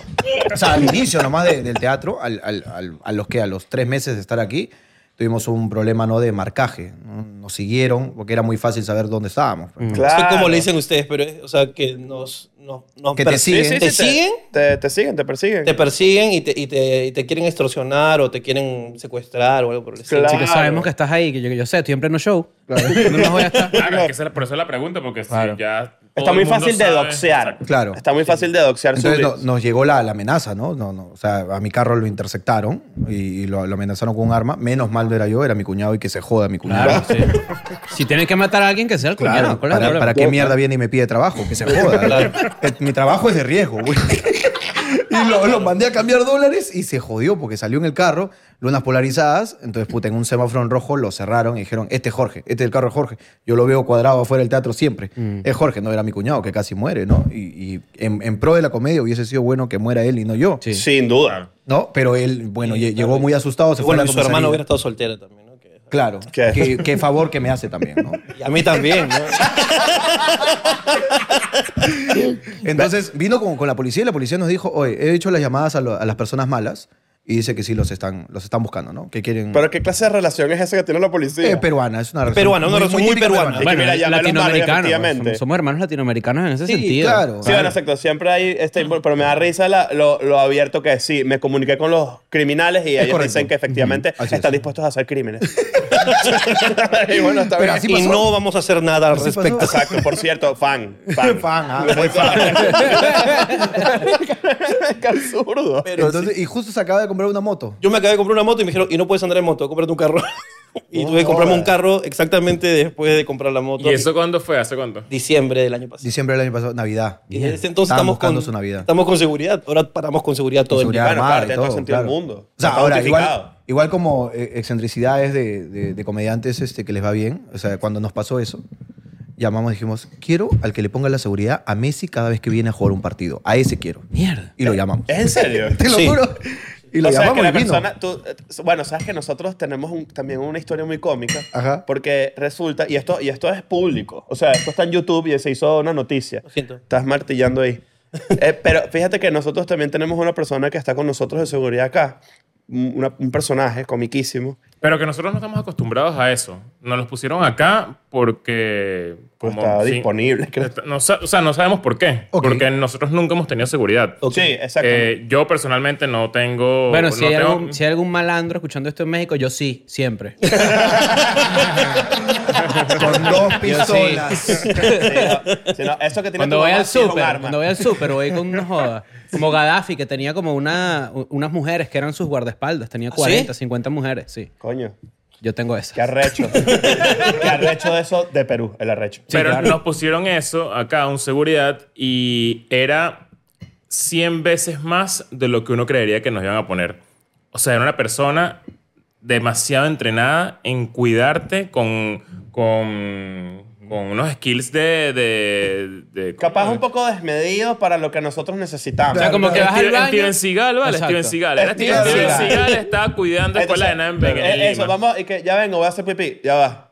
[SPEAKER 2] O sea, al inicio nomás de- del teatro, al- al- al- a los que a los tres meses de estar aquí, tuvimos un problema no de marcaje. ¿no? Nos siguieron porque era muy fácil saber dónde estábamos. pues,
[SPEAKER 6] Claro.
[SPEAKER 3] No sé cómo le dicen ustedes, pero es, o sea, que nos, nos, nos
[SPEAKER 2] Que te
[SPEAKER 3] persiguen.
[SPEAKER 2] siguen.
[SPEAKER 3] te siguen,
[SPEAKER 6] Te, te siguen, te persiguen.
[SPEAKER 3] te persiguen y te, y, te, y te quieren extorsionar o te quieren secuestrar o algo por el estilo.
[SPEAKER 6] Claro.
[SPEAKER 7] Sí, que sabemos que estás ahí, que yo, que yo sé, estoy en pleno show. No nos voy a estar.
[SPEAKER 1] Claro, que esa- por eso Ah, es la pregunta, porque si ya... todo
[SPEAKER 6] Está muy
[SPEAKER 1] el mundo
[SPEAKER 6] fácil de
[SPEAKER 1] sabe-
[SPEAKER 6] doxear.
[SPEAKER 2] Claro.
[SPEAKER 6] Está muy fácil de doxear su
[SPEAKER 2] Entonces no-
[SPEAKER 6] blitz.
[SPEAKER 2] nos llegó la, la amenaza, ¿no? No, no, O sea, a mi carro lo interceptaron y, y lo, lo amenazaron con un arma. Menos mal no era yo, era mi cuñado y que se joda mi cuñado.
[SPEAKER 7] Claro, sí. Si tienen que matar a alguien, que sea el
[SPEAKER 2] Claro,
[SPEAKER 7] cuñado. ¿Cuál es el
[SPEAKER 2] para,
[SPEAKER 7] problema?
[SPEAKER 2] para qué mierda viene y me pide trabajo, que se joda.
[SPEAKER 3] Claro.
[SPEAKER 2] El- mi trabajo es de riesgo, güey. Y lo, lo mandé a cambiar dólares y se jodió porque salió en el carro, lunas polarizadas. Entonces, puta, en un semáforo en rojo lo cerraron y dijeron: Este es Jorge, este es el carro de Jorge. Yo lo veo cuadrado afuera del teatro siempre.
[SPEAKER 3] Mm.
[SPEAKER 2] Es Jorge, no era mi cuñado que casi muere, ¿no? Y, y en, en pro de la comedia hubiese sido bueno que muera él y no yo.
[SPEAKER 7] Sí.
[SPEAKER 6] Sin duda.
[SPEAKER 2] ¿No? Pero él, bueno, lle- llegó muy asustado, se fue
[SPEAKER 3] bueno,
[SPEAKER 2] a
[SPEAKER 3] y
[SPEAKER 2] la
[SPEAKER 3] su hermano
[SPEAKER 2] comisaría.
[SPEAKER 3] hubiera estado soltero también, ¿no? Que-
[SPEAKER 2] Claro.
[SPEAKER 6] ¿Qué?
[SPEAKER 2] Qué, qué favor que me hace también, ¿no?
[SPEAKER 3] Y a mí también, ¿no?
[SPEAKER 2] Entonces vino con, con la policía y la policía nos dijo, oye, he hecho las llamadas a, lo- a las personas malas y dice que sí los están, los están buscando, ¿no? Que quieren...
[SPEAKER 6] Pero ¿qué clase de relación es esa que tiene la policía?
[SPEAKER 2] Eh, peruana, es una relación
[SPEAKER 3] Peruana, una relación muy
[SPEAKER 2] típica
[SPEAKER 3] peruana.
[SPEAKER 6] que
[SPEAKER 7] Bueno,
[SPEAKER 6] mira, ya me lo
[SPEAKER 7] latinoamericanos.
[SPEAKER 6] embarré,
[SPEAKER 7] pues,
[SPEAKER 6] efectivamente.
[SPEAKER 7] Somos, somos hermanos latinoamericanos en ese
[SPEAKER 2] Sí,
[SPEAKER 7] sentido.
[SPEAKER 2] claro.
[SPEAKER 6] Sí, bueno, exacto. Siempre hay este,
[SPEAKER 2] Ah.
[SPEAKER 6] pero me da risa la- lo, lo abierto que es. Sí, me comuniqué con los criminales y ellos
[SPEAKER 2] correcto.
[SPEAKER 6] dicen que efectivamente
[SPEAKER 2] Ujú, así
[SPEAKER 6] están
[SPEAKER 2] es.
[SPEAKER 6] dispuestos a hacer crímenes. y bueno, está
[SPEAKER 2] Pero
[SPEAKER 6] bien.
[SPEAKER 2] así
[SPEAKER 3] y
[SPEAKER 2] pasó.
[SPEAKER 3] no vamos a hacer nada al
[SPEAKER 2] Así pasó.
[SPEAKER 3] respecto.
[SPEAKER 6] Exacto, por cierto, fan. Fan,
[SPEAKER 2] Fan, ah, muy
[SPEAKER 6] Qué absurdo.
[SPEAKER 3] Pero
[SPEAKER 2] Entonces, Y justo se acaba de comprar una moto.
[SPEAKER 3] Yo me acabé de comprar una moto y me dijeron, y no puedes andar en moto, cómprate un carro. y tuve que comprarme un carro exactamente después de comprar la moto.
[SPEAKER 1] ¿Y eso cuándo fue? ¿Hace cuánto?
[SPEAKER 3] Diciembre del año pasado.
[SPEAKER 2] Diciembre del año pasado, Navidad.
[SPEAKER 3] Y desde entonces
[SPEAKER 2] Estaban
[SPEAKER 3] estamos
[SPEAKER 2] buscando
[SPEAKER 3] con,
[SPEAKER 2] su Navidad.
[SPEAKER 3] estamos con seguridad. Ahora paramos con seguridad todo
[SPEAKER 2] seguridad
[SPEAKER 6] Bueno,
[SPEAKER 2] armada
[SPEAKER 6] claro, tiene
[SPEAKER 2] y
[SPEAKER 6] todo
[SPEAKER 2] todo,
[SPEAKER 6] sentido del
[SPEAKER 2] claro.
[SPEAKER 6] mundo.
[SPEAKER 2] O sea,
[SPEAKER 6] Está
[SPEAKER 2] ahora,
[SPEAKER 6] justificado.
[SPEAKER 2] igual, igual como eh, excentricidades de, de- de comediantes este, que les va bien, o sea, cuando nos pasó eso, llamamos y dijimos, quiero al que le ponga la seguridad a Messi cada vez que viene a jugar un partido. A ese quiero.
[SPEAKER 7] Mierda.
[SPEAKER 2] Y lo llamamos.
[SPEAKER 6] ¿Es en serio?
[SPEAKER 2] Te lo
[SPEAKER 3] Sí.
[SPEAKER 2] juro. Y lo
[SPEAKER 6] o sea,
[SPEAKER 2] llamamos
[SPEAKER 6] que la
[SPEAKER 2] y vino.
[SPEAKER 6] persona, tú, eh, bueno, sabes que nosotros tenemos un- también una historia muy cómica,
[SPEAKER 2] Ajá.
[SPEAKER 6] porque resulta, y esto, y esto es público, o sea, esto está en YouTube y se hizo una noticia.
[SPEAKER 3] Lo siento.
[SPEAKER 6] Estás martillando ahí. Eh, pero fíjate que nosotros también tenemos una persona que está con nosotros de seguridad acá, un- una- un personaje comiquísimo.
[SPEAKER 1] Pero que nosotros no estamos acostumbrados a eso. Nos los pusieron acá porque...
[SPEAKER 6] que está
[SPEAKER 1] sí,
[SPEAKER 6] Pues disponible, creo.
[SPEAKER 1] está- no sa- o sea, no sabemos por qué.
[SPEAKER 2] Ok.
[SPEAKER 1] Porque nosotros nunca hemos tenido seguridad.
[SPEAKER 3] Ok.
[SPEAKER 6] Sí, exacto.
[SPEAKER 1] Eh, yo personalmente no tengo...
[SPEAKER 7] Bueno,
[SPEAKER 1] no
[SPEAKER 7] si, hay
[SPEAKER 1] tengo-
[SPEAKER 7] algún, si hay algún malandro escuchando esto en México, yo sí, siempre.
[SPEAKER 4] Con dos pistolas.
[SPEAKER 6] Sí, no, sí, no, eso que tiene
[SPEAKER 7] Cuando
[SPEAKER 6] tu
[SPEAKER 7] voy
[SPEAKER 6] mamá
[SPEAKER 7] al
[SPEAKER 6] sí es un
[SPEAKER 7] súper,
[SPEAKER 6] arma.
[SPEAKER 7] cuando voy al súper, voy con una joda. Como Gaddafi, que tenía como una, u- unas mujeres que eran sus guardaespaldas. Tenía
[SPEAKER 3] ¿Ah,
[SPEAKER 7] 40,
[SPEAKER 3] sí?
[SPEAKER 7] 50 mujeres, sí.
[SPEAKER 6] Coño,
[SPEAKER 7] Yo tengo
[SPEAKER 6] qué
[SPEAKER 7] esas.
[SPEAKER 6] arrecho. qué arrecho eso de Perú, el arrecho.
[SPEAKER 1] Pero
[SPEAKER 7] claro.
[SPEAKER 1] nos pusieron eso acá, un seguridad, y era 100 veces más de lo que uno creería que nos iban a poner. O sea, era una persona demasiado entrenada en cuidarte con, con, con unos skills de... de, de-
[SPEAKER 6] Capaz un poco desmedido para lo que nosotros necesitamos.
[SPEAKER 7] O sea, como que vas al
[SPEAKER 1] Steven,
[SPEAKER 7] baño.
[SPEAKER 1] Steven Seagal, vale,
[SPEAKER 7] Exacto.
[SPEAKER 1] Steven Seagal. Era
[SPEAKER 6] Steven
[SPEAKER 1] Steven, Steven
[SPEAKER 6] Seagal.
[SPEAKER 1] Seagal estaba cuidando escuela de nada en, en
[SPEAKER 6] eh, Eso,
[SPEAKER 1] Lima.
[SPEAKER 6] vamos, y que ya vengo, voy a hacer pipí, ya va.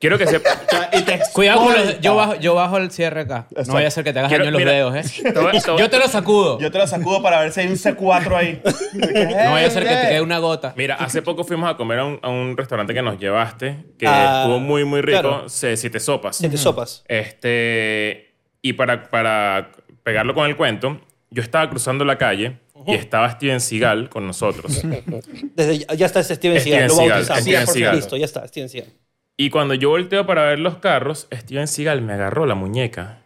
[SPEAKER 1] Quiero que sepa...
[SPEAKER 6] Y te
[SPEAKER 7] Cuidado con los-
[SPEAKER 6] escolta.
[SPEAKER 7] Yo bajo, yo bajo el cierre acá. No vaya a ser que te hagas
[SPEAKER 1] Quiero-
[SPEAKER 7] daño en los
[SPEAKER 1] mira,
[SPEAKER 7] dedos, ¿eh?
[SPEAKER 1] te voy- te voy-
[SPEAKER 7] Yo te lo sacudo.
[SPEAKER 6] Yo te lo sacudo para ver si hay un C4 ahí.
[SPEAKER 7] No vaya a ser que te quede una gota.
[SPEAKER 1] Mira, hace poco fuimos a comer a un, a un restaurante que nos llevaste, que
[SPEAKER 3] Ah,
[SPEAKER 1] estuvo muy, muy rico,
[SPEAKER 3] claro.
[SPEAKER 1] se- Siete Sopas.
[SPEAKER 3] Siete sopas.
[SPEAKER 1] Este, y para, para pegarlo con el cuento, yo estaba cruzando la calle y estaba Steven Seagal con nosotros.
[SPEAKER 3] Desde, ya está ese Steven
[SPEAKER 1] Steven
[SPEAKER 3] Seagal, lo
[SPEAKER 1] Seagal,
[SPEAKER 3] bautizamos.
[SPEAKER 1] Steven Seagal.
[SPEAKER 3] Listo, ya está, Steven Seagal.
[SPEAKER 1] y cuando yo volteo para ver los carros, Steven Seagal me agarró la muñeca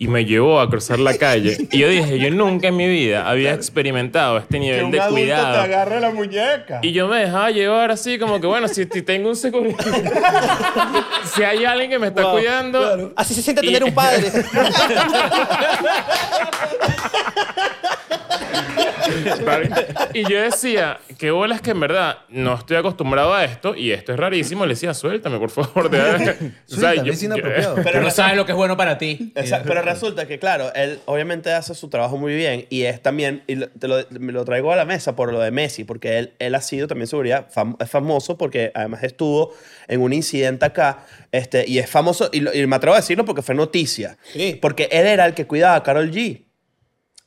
[SPEAKER 1] y me llevó a cruzar la calle. Y yo dije, yo nunca en mi vida había experimentado este
[SPEAKER 6] Que
[SPEAKER 1] nivel
[SPEAKER 6] un
[SPEAKER 1] de
[SPEAKER 6] adulto te
[SPEAKER 1] cuidado.
[SPEAKER 6] agarre la muñeca.
[SPEAKER 1] Y yo me dejaba llevar así, como que bueno, si, si tengo un seguro. si hay alguien que me está cuidando.
[SPEAKER 3] Así se siente
[SPEAKER 1] Y-
[SPEAKER 3] tener un padre.
[SPEAKER 1] Y yo decía, qué bolas que en verdad no estoy acostumbrado a esto y esto es rarísimo. Le decía, suéltame, por favor. de- O sea,
[SPEAKER 2] Suéltame,
[SPEAKER 1] yo-
[SPEAKER 2] es inapropiado.
[SPEAKER 7] Pero
[SPEAKER 6] Pero
[SPEAKER 7] no sabes lo que es bueno para ti.
[SPEAKER 6] Esa- pero resulta que, claro, él obviamente hace su trabajo muy bien y es también, y lo- te lo, me lo traigo a la mesa por lo de Messi, porque él, él ha sido también seguridad, fam- es famoso porque además estuvo en un incidente acá, este, y es famoso, y, lo- y me atrevo a decirlo porque fue noticia,
[SPEAKER 3] Sí.
[SPEAKER 6] porque él era el que cuidaba a Carol G.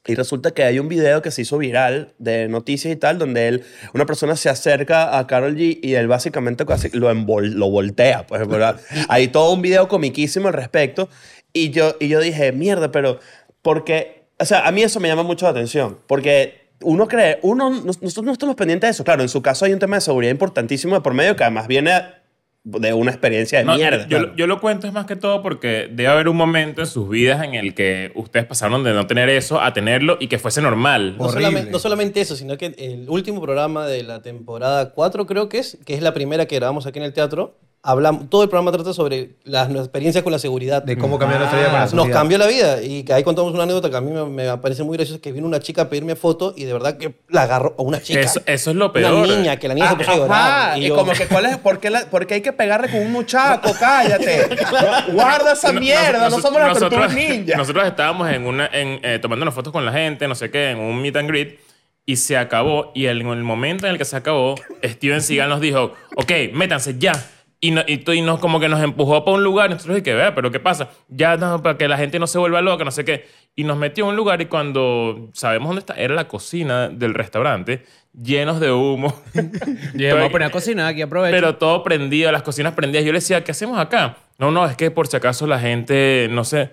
[SPEAKER 6] Y resulta que hay un video que se hizo viral de noticias y tal, donde él, una persona se acerca a Carol G y él básicamente casi lo, envol- lo voltea. Pues, ¿verdad? Hay todo un video comiquísimo al respecto. Y yo, y yo dije, mierda, pero porque, o sea, a mí eso me llama mucho la atención, porque uno cree, uno, nos- nosotros no estamos pendientes de eso. Claro, en su caso hay un tema de seguridad importantísimo de por medio que además viene de una experiencia de
[SPEAKER 1] No,
[SPEAKER 6] mierda.
[SPEAKER 1] Yo, yo lo cuento es más que todo porque debe haber un momento en sus vidas en el que ustedes pasaron de no tener eso a tenerlo y que fuese normal.
[SPEAKER 2] Oh.
[SPEAKER 3] No
[SPEAKER 2] Horrible.
[SPEAKER 3] solamente, no solamente eso, sino que el último programa de la temporada 4, creo que es, que es la primera que grabamos aquí en el teatro, hablamos, todo el programa trata sobre las nuestras experiencias con la seguridad.
[SPEAKER 2] De cómo cambiar nuestra vida con la
[SPEAKER 3] Nos
[SPEAKER 2] sociedad.
[SPEAKER 3] cambió la vida. Y que ahí contamos una anécdota que a mí me, me parece muy graciosa, que vino una chica a pedirme foto y de verdad que la agarró a una chica.
[SPEAKER 1] Eso, eso es lo
[SPEAKER 3] una
[SPEAKER 1] peor. Ah,
[SPEAKER 3] niña, que la niña se puso a
[SPEAKER 6] Ah, Ajá,
[SPEAKER 3] llorar.
[SPEAKER 6] y,
[SPEAKER 3] yo-
[SPEAKER 6] como que ¿cuál es, por, qué la- por qué hay que pegarle con un muchaco? Cállate. No, Guarda esa
[SPEAKER 1] No-
[SPEAKER 6] mierda, no,
[SPEAKER 1] noso-
[SPEAKER 6] somos las
[SPEAKER 1] nosotros-
[SPEAKER 6] tortugas ninja.
[SPEAKER 1] Nosotros estábamos en una, en, eh, tomándonos fotos con la gente, no sé qué, en un meet and greet, y se acabó. Y en el momento en el que se acabó, Steven Seagal nos dijo, ok, métanse ya. Y, no- y, tú- y nos, como que nos empujó para un lugar. Nosotros dije, vea, pero ¿qué pasa? Ya, no, para que la gente no se vuelva loca, no sé qué. Y nos metió a un lugar y cuando sabemos dónde está, era la cocina del restaurante, llenos de humo.
[SPEAKER 7] Yo me voy a poner a cocinar aquí, aprovecho.
[SPEAKER 1] Pero todo prendido, las cocinas prendidas. Yo le decía, ¿qué hacemos acá? No, no, es que por si acaso la gente, no sé.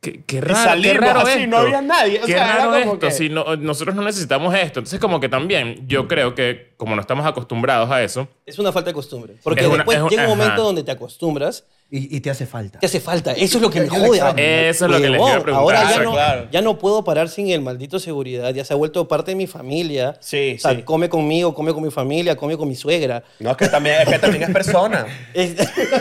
[SPEAKER 1] Qué, qué raro. qué
[SPEAKER 6] salimos
[SPEAKER 1] raro
[SPEAKER 6] así,
[SPEAKER 1] esto.
[SPEAKER 6] no había nadie. O
[SPEAKER 1] qué
[SPEAKER 6] sea, era
[SPEAKER 1] raro
[SPEAKER 6] como
[SPEAKER 1] esto.
[SPEAKER 6] que-
[SPEAKER 1] Si no- nosotros no necesitamos esto. Entonces, como que también, yo creo que como no estamos acostumbrados a eso,
[SPEAKER 3] Es una falta de costumbre. Porque
[SPEAKER 1] Es una-
[SPEAKER 3] después
[SPEAKER 1] es un-
[SPEAKER 3] llega un momento
[SPEAKER 1] ajá.
[SPEAKER 3] donde te acostumbras
[SPEAKER 2] Y, y te hace falta.
[SPEAKER 3] te hace falta. Eso es lo que me
[SPEAKER 2] Yo le
[SPEAKER 3] jode.
[SPEAKER 2] extraño.
[SPEAKER 3] ahora.
[SPEAKER 1] Eso es lo que les
[SPEAKER 3] Huevón,
[SPEAKER 1] iba a preguntar.
[SPEAKER 3] Ahora ya
[SPEAKER 1] Claro,
[SPEAKER 3] no,
[SPEAKER 6] claro.
[SPEAKER 3] ya no puedo parar sin el maldito seguridad. Ya se ha vuelto parte de mi familia.
[SPEAKER 6] Sí,
[SPEAKER 3] O sea,
[SPEAKER 6] sí.
[SPEAKER 3] come conmigo, come con mi familia, come con mi suegra.
[SPEAKER 6] No, es que también es, que también es persona.
[SPEAKER 3] Es-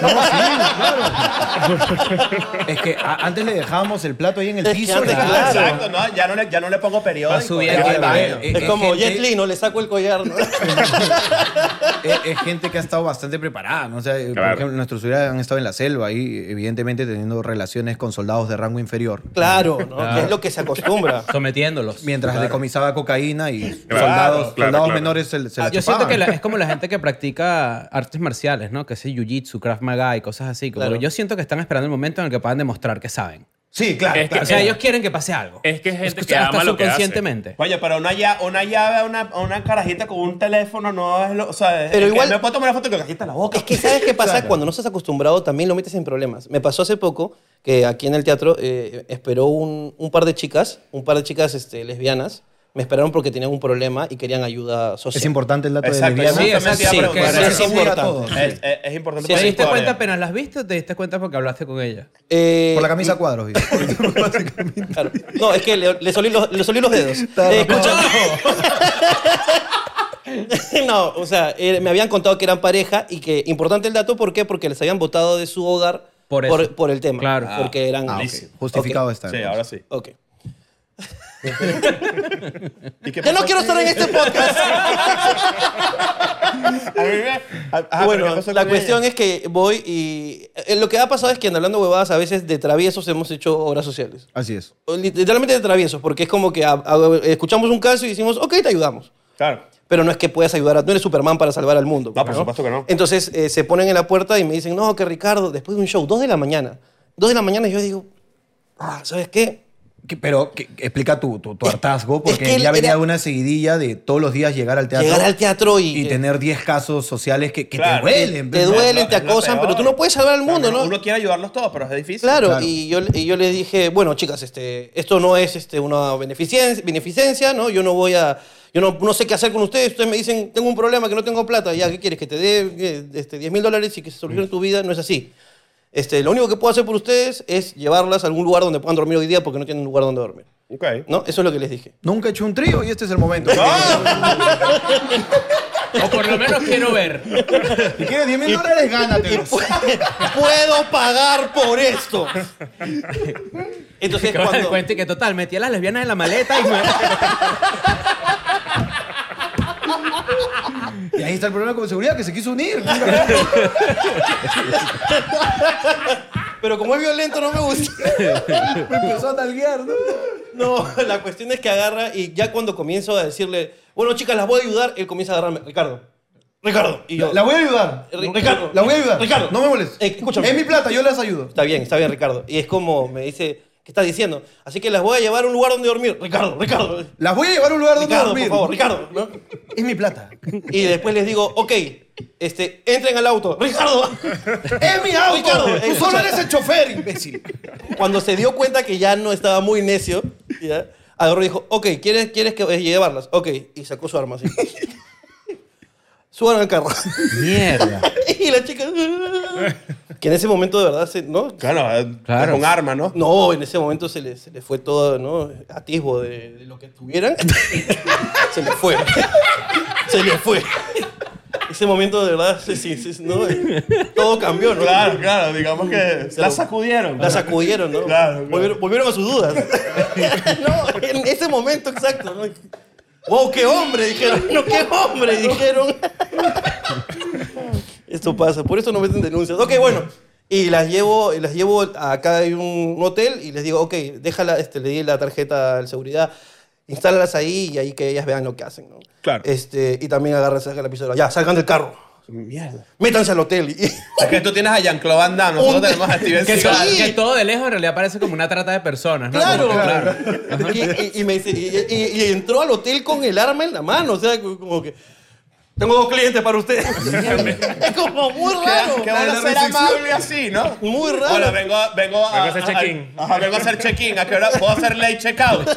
[SPEAKER 2] Es que a- antes le dejábamos el plato ahí en el
[SPEAKER 3] Es que
[SPEAKER 2] piso.
[SPEAKER 3] antes,
[SPEAKER 2] ¿verdad?
[SPEAKER 3] claro.
[SPEAKER 6] Exacto, no, ya no le, ya no le pongo periódico.
[SPEAKER 7] Va subiendo
[SPEAKER 6] ya va al
[SPEAKER 7] el
[SPEAKER 6] baño.
[SPEAKER 2] nivel.
[SPEAKER 3] es
[SPEAKER 2] es
[SPEAKER 3] como
[SPEAKER 2] gente-
[SPEAKER 3] Jet Li, no le saco el collar. ¿no?
[SPEAKER 2] es, es gente que ha estado bastante preparada. ¿no? O sea, por
[SPEAKER 1] Claro.
[SPEAKER 2] ejemplo, nuestros seguridad han estado en la la selva y evidentemente teniendo relaciones con soldados de rango inferior.
[SPEAKER 3] Claro, ¿no? Que es lo que se acostumbra.
[SPEAKER 7] Sometiéndolos.
[SPEAKER 2] Mientras decomisaba cocaína y
[SPEAKER 1] Claro,
[SPEAKER 2] soldados,
[SPEAKER 1] claro,
[SPEAKER 2] soldados
[SPEAKER 1] claro.
[SPEAKER 2] menores se, se la
[SPEAKER 7] Ah, Yo siento
[SPEAKER 2] chupaban.
[SPEAKER 7] que la- es como la gente que practica artes marciales, ¿no? Que es jiu-jitsu, krav maga y cosas así. Como
[SPEAKER 3] Claro.
[SPEAKER 7] que yo siento que están esperando el momento en el que puedan demostrar que saben.
[SPEAKER 4] Sí, claro.
[SPEAKER 6] Este,
[SPEAKER 1] Es que-
[SPEAKER 4] claro.
[SPEAKER 7] O sea, ellos quieren que pase algo.
[SPEAKER 1] Es que es gente
[SPEAKER 7] Escucha,
[SPEAKER 1] que ama
[SPEAKER 7] hasta
[SPEAKER 1] lo que hace.
[SPEAKER 7] subconscientemente.
[SPEAKER 6] Oye, pero una, lla- una llave a una, a una carajita con un teléfono no es lo. O sea, es-
[SPEAKER 3] Pero
[SPEAKER 6] es que
[SPEAKER 3] igual-
[SPEAKER 6] Me puedo tomar una foto con cajita en la boca.
[SPEAKER 3] Es que sabes qué pasa cuando no estás acostumbrado también lo metes en problemas. Me pasó hace poco que aquí en el teatro eh, esperó un, un par de chicas, un par de chicas este, lesbianas, me esperaron porque tenían un problema y querían ayuda social.
[SPEAKER 2] Es importante el dato
[SPEAKER 6] Exacto,
[SPEAKER 2] de Liliana.
[SPEAKER 7] Sí, exacto,
[SPEAKER 6] justamente iba a
[SPEAKER 7] sí, que
[SPEAKER 6] preguntar
[SPEAKER 7] eso
[SPEAKER 6] eso.
[SPEAKER 7] es
[SPEAKER 3] importante.
[SPEAKER 6] Sí, Es, es- es importante.
[SPEAKER 7] ¿Te
[SPEAKER 6] para la
[SPEAKER 7] diste
[SPEAKER 6] historia.
[SPEAKER 7] cuenta apenas las viste o te diste cuenta porque hablaste con ella?
[SPEAKER 3] Eh,
[SPEAKER 2] Por la camisa a cuadros. dice.
[SPEAKER 3] claro. No, es que le, le solí los, le solí los dedos. Eh, escucha. no, o sea, eh, me habían contado que eran pareja y que importante el dato, ¿por qué? Porque les habían votado de su hogar
[SPEAKER 7] Por
[SPEAKER 3] por,
[SPEAKER 7] eso.
[SPEAKER 3] por el tema.
[SPEAKER 7] Claro.
[SPEAKER 3] Porque eran...
[SPEAKER 2] Ah, ok.
[SPEAKER 6] Listo.
[SPEAKER 2] Justificado está.
[SPEAKER 6] Sí, ahora sí.
[SPEAKER 3] Ok.
[SPEAKER 6] ¿Y qué
[SPEAKER 3] Ya no
[SPEAKER 6] pasó?
[SPEAKER 3] quiero estar en este podcast.
[SPEAKER 6] A mí me- Ah, ah, pero
[SPEAKER 3] bueno,
[SPEAKER 6] ¿qué pasó
[SPEAKER 3] la
[SPEAKER 6] con
[SPEAKER 3] cuestión
[SPEAKER 6] ella?
[SPEAKER 3] es que voy y eh, lo que ha pasado es que en hablando huevadas a veces de traviesos hemos hecho obras sociales.
[SPEAKER 2] Así es.
[SPEAKER 3] O Literalmente de traviesos, porque es como que a- a- escuchamos un caso y decimos, ok, te ayudamos.
[SPEAKER 6] Claro.
[SPEAKER 3] Pero no es que puedas ayudar, a, no eres Superman para salvar al mundo.
[SPEAKER 6] No, por supuesto que no.
[SPEAKER 3] Entonces eh, se ponen en la puerta y me dicen, no, que Ricardo, después de un show, dos de la mañana. Dos de la mañana y yo digo, ah, ¿sabes qué?
[SPEAKER 2] Que- Pero que- explica tu, tu, tu hartazgo,
[SPEAKER 3] es
[SPEAKER 2] porque
[SPEAKER 3] que él
[SPEAKER 2] ya venía
[SPEAKER 3] era-
[SPEAKER 2] de una seguidilla de todos los días llegar al teatro.
[SPEAKER 3] Llegar al teatro y,
[SPEAKER 2] Y
[SPEAKER 3] eh,
[SPEAKER 2] tener 10 casos sociales que, que
[SPEAKER 6] Claro.
[SPEAKER 2] te
[SPEAKER 3] te,
[SPEAKER 2] duelen.
[SPEAKER 3] te
[SPEAKER 2] ¿ves?
[SPEAKER 3] duelen, te
[SPEAKER 6] Es lo
[SPEAKER 3] acosan,
[SPEAKER 6] peor.
[SPEAKER 3] pero tú no puedes salvar al mundo, ¿no?
[SPEAKER 6] Uno quiere ayudarlos todos, pero es difícil.
[SPEAKER 3] Claro,
[SPEAKER 2] Claro.
[SPEAKER 3] Y, yo, y yo les dije, bueno, chicas, este, esto no es este, una beneficencia, beneficencia, ¿no? Yo no voy a. Yo no, no sé qué hacer con ustedes. Ustedes me dicen, tengo un problema, que no tengo plata. Ya, ¿qué quieres? ¿Que te dé eh, este, 10 mil dólares y que se solucione tu vida? No es así. Este, lo único que puedo hacer por ustedes es llevarlas a algún lugar donde puedan dormir hoy día porque no tienen lugar donde dormir.
[SPEAKER 6] Ok.
[SPEAKER 3] ¿No? Eso es lo que les dije.
[SPEAKER 2] Nunca he hecho un trío y este es el momento.
[SPEAKER 7] O por lo menos quiero ver.
[SPEAKER 4] Si quieres 10 mil dólares, gánatelos.
[SPEAKER 3] pues, ¡Puedo pagar por esto! Entonces,
[SPEAKER 7] Que me
[SPEAKER 3] cuando.
[SPEAKER 7] cuenta y que total, metí a las lesbianas en la maleta y me-
[SPEAKER 2] Y ahí está el problema con seguridad, que se quiso unir.
[SPEAKER 3] Pero como es violento, no me gusta.
[SPEAKER 2] Empezó a talguear, ¿no?
[SPEAKER 3] No, la cuestión es que agarra y ya cuando comienzo a decirle, bueno, chicas, las voy a ayudar, él comienza a agarrarme, Ricardo, Ricardo. Y yo,
[SPEAKER 2] La voy a ayudar.
[SPEAKER 3] "Ri- Ricardo,
[SPEAKER 2] La voy a ayudar.
[SPEAKER 3] Ricardo,
[SPEAKER 2] No me molestes.
[SPEAKER 3] Eh, escúchame.
[SPEAKER 2] Es mi plata, yo las ayudo.
[SPEAKER 3] Está bien, está bien, Ricardo. Y es como me dice, ¿qué estás diciendo? Así que las voy a llevar a un lugar donde dormir, Ricardo, Ricardo.
[SPEAKER 2] Las voy a llevar a un lugar donde
[SPEAKER 3] Ricardo,
[SPEAKER 2] dormir.
[SPEAKER 3] por favor, Ricardo. ¿no?
[SPEAKER 2] Es mi plata.
[SPEAKER 3] Y después les digo, ok, este, entren al auto, Ricardo.
[SPEAKER 2] ¡Es mi auto!
[SPEAKER 3] Ricardo, eh,
[SPEAKER 2] ¡Tú solo
[SPEAKER 3] escucha.
[SPEAKER 2] eres el chofer, imbécil!
[SPEAKER 3] Cuando se dio cuenta que ya no estaba muy necio, ¿ya? agarró y dijo, ok, ¿quieres, quieres que eh, llevarlas? Ok, y sacó su arma así. Suban al carro.
[SPEAKER 7] Mierda.
[SPEAKER 3] y la chica... que en ese momento de verdad, se- ¿no?
[SPEAKER 6] Claro, eh,
[SPEAKER 7] Claro.
[SPEAKER 6] con arma, ¿no?
[SPEAKER 3] No, en ese momento se le, se le fue todo, ¿no? Atisbo de, de lo que tuvieran. se le fue. se le fue. Ese momento de verdad, se- se- se- ¿no? todo cambió, ¿no?
[SPEAKER 6] Claro, claro, digamos que
[SPEAKER 3] Se
[SPEAKER 6] la
[SPEAKER 3] lo-
[SPEAKER 6] sacudieron.
[SPEAKER 3] La sacudieron, ¿no?
[SPEAKER 6] Claro, claro.
[SPEAKER 3] Volvieron, volvieron a sus dudas. no, en ese momento exacto, ¿no? ¡Wow, qué hombre! Dijeron. ¡No, qué hombre! Dijeron. Esto pasa, por eso no meten denuncias. Ok, bueno. Y las llevo, y las llevo a- acá hay un hotel y les digo, ok, déjala, este, le di la tarjeta al seguridad, instálalas ahí y ahí que ellas vean lo que hacen, ¿no?
[SPEAKER 6] Claro.
[SPEAKER 3] Este, y también agarran, sacan la pistola. Ya, salgan del carro.
[SPEAKER 6] Mierda.
[SPEAKER 3] Métanse al hotel. Y-
[SPEAKER 6] Es que tú tienes a Jean-Claude Van Damme, nosotros
[SPEAKER 3] Un-
[SPEAKER 6] tenemos a Steven
[SPEAKER 7] Que,
[SPEAKER 3] Sí.
[SPEAKER 7] todo,
[SPEAKER 6] Seagal.
[SPEAKER 7] que todo de lejos en realidad parece como una trata de personas, ¿no?
[SPEAKER 3] Claro,
[SPEAKER 7] Como que,
[SPEAKER 3] Y, y- y me dice, y, y- y entró al hotel con el arma en la mano, o sea, como que tengo dos clientes para usted. es como muy raro.
[SPEAKER 6] Qué bueno ser amable así, ¿no?
[SPEAKER 3] Muy raro.
[SPEAKER 6] Hola, vengo, vengo,
[SPEAKER 1] Vengo a hacer check-in.
[SPEAKER 6] Ajá, vengo a hacer check-in. ¿A qué hora puedo hacer late check-out?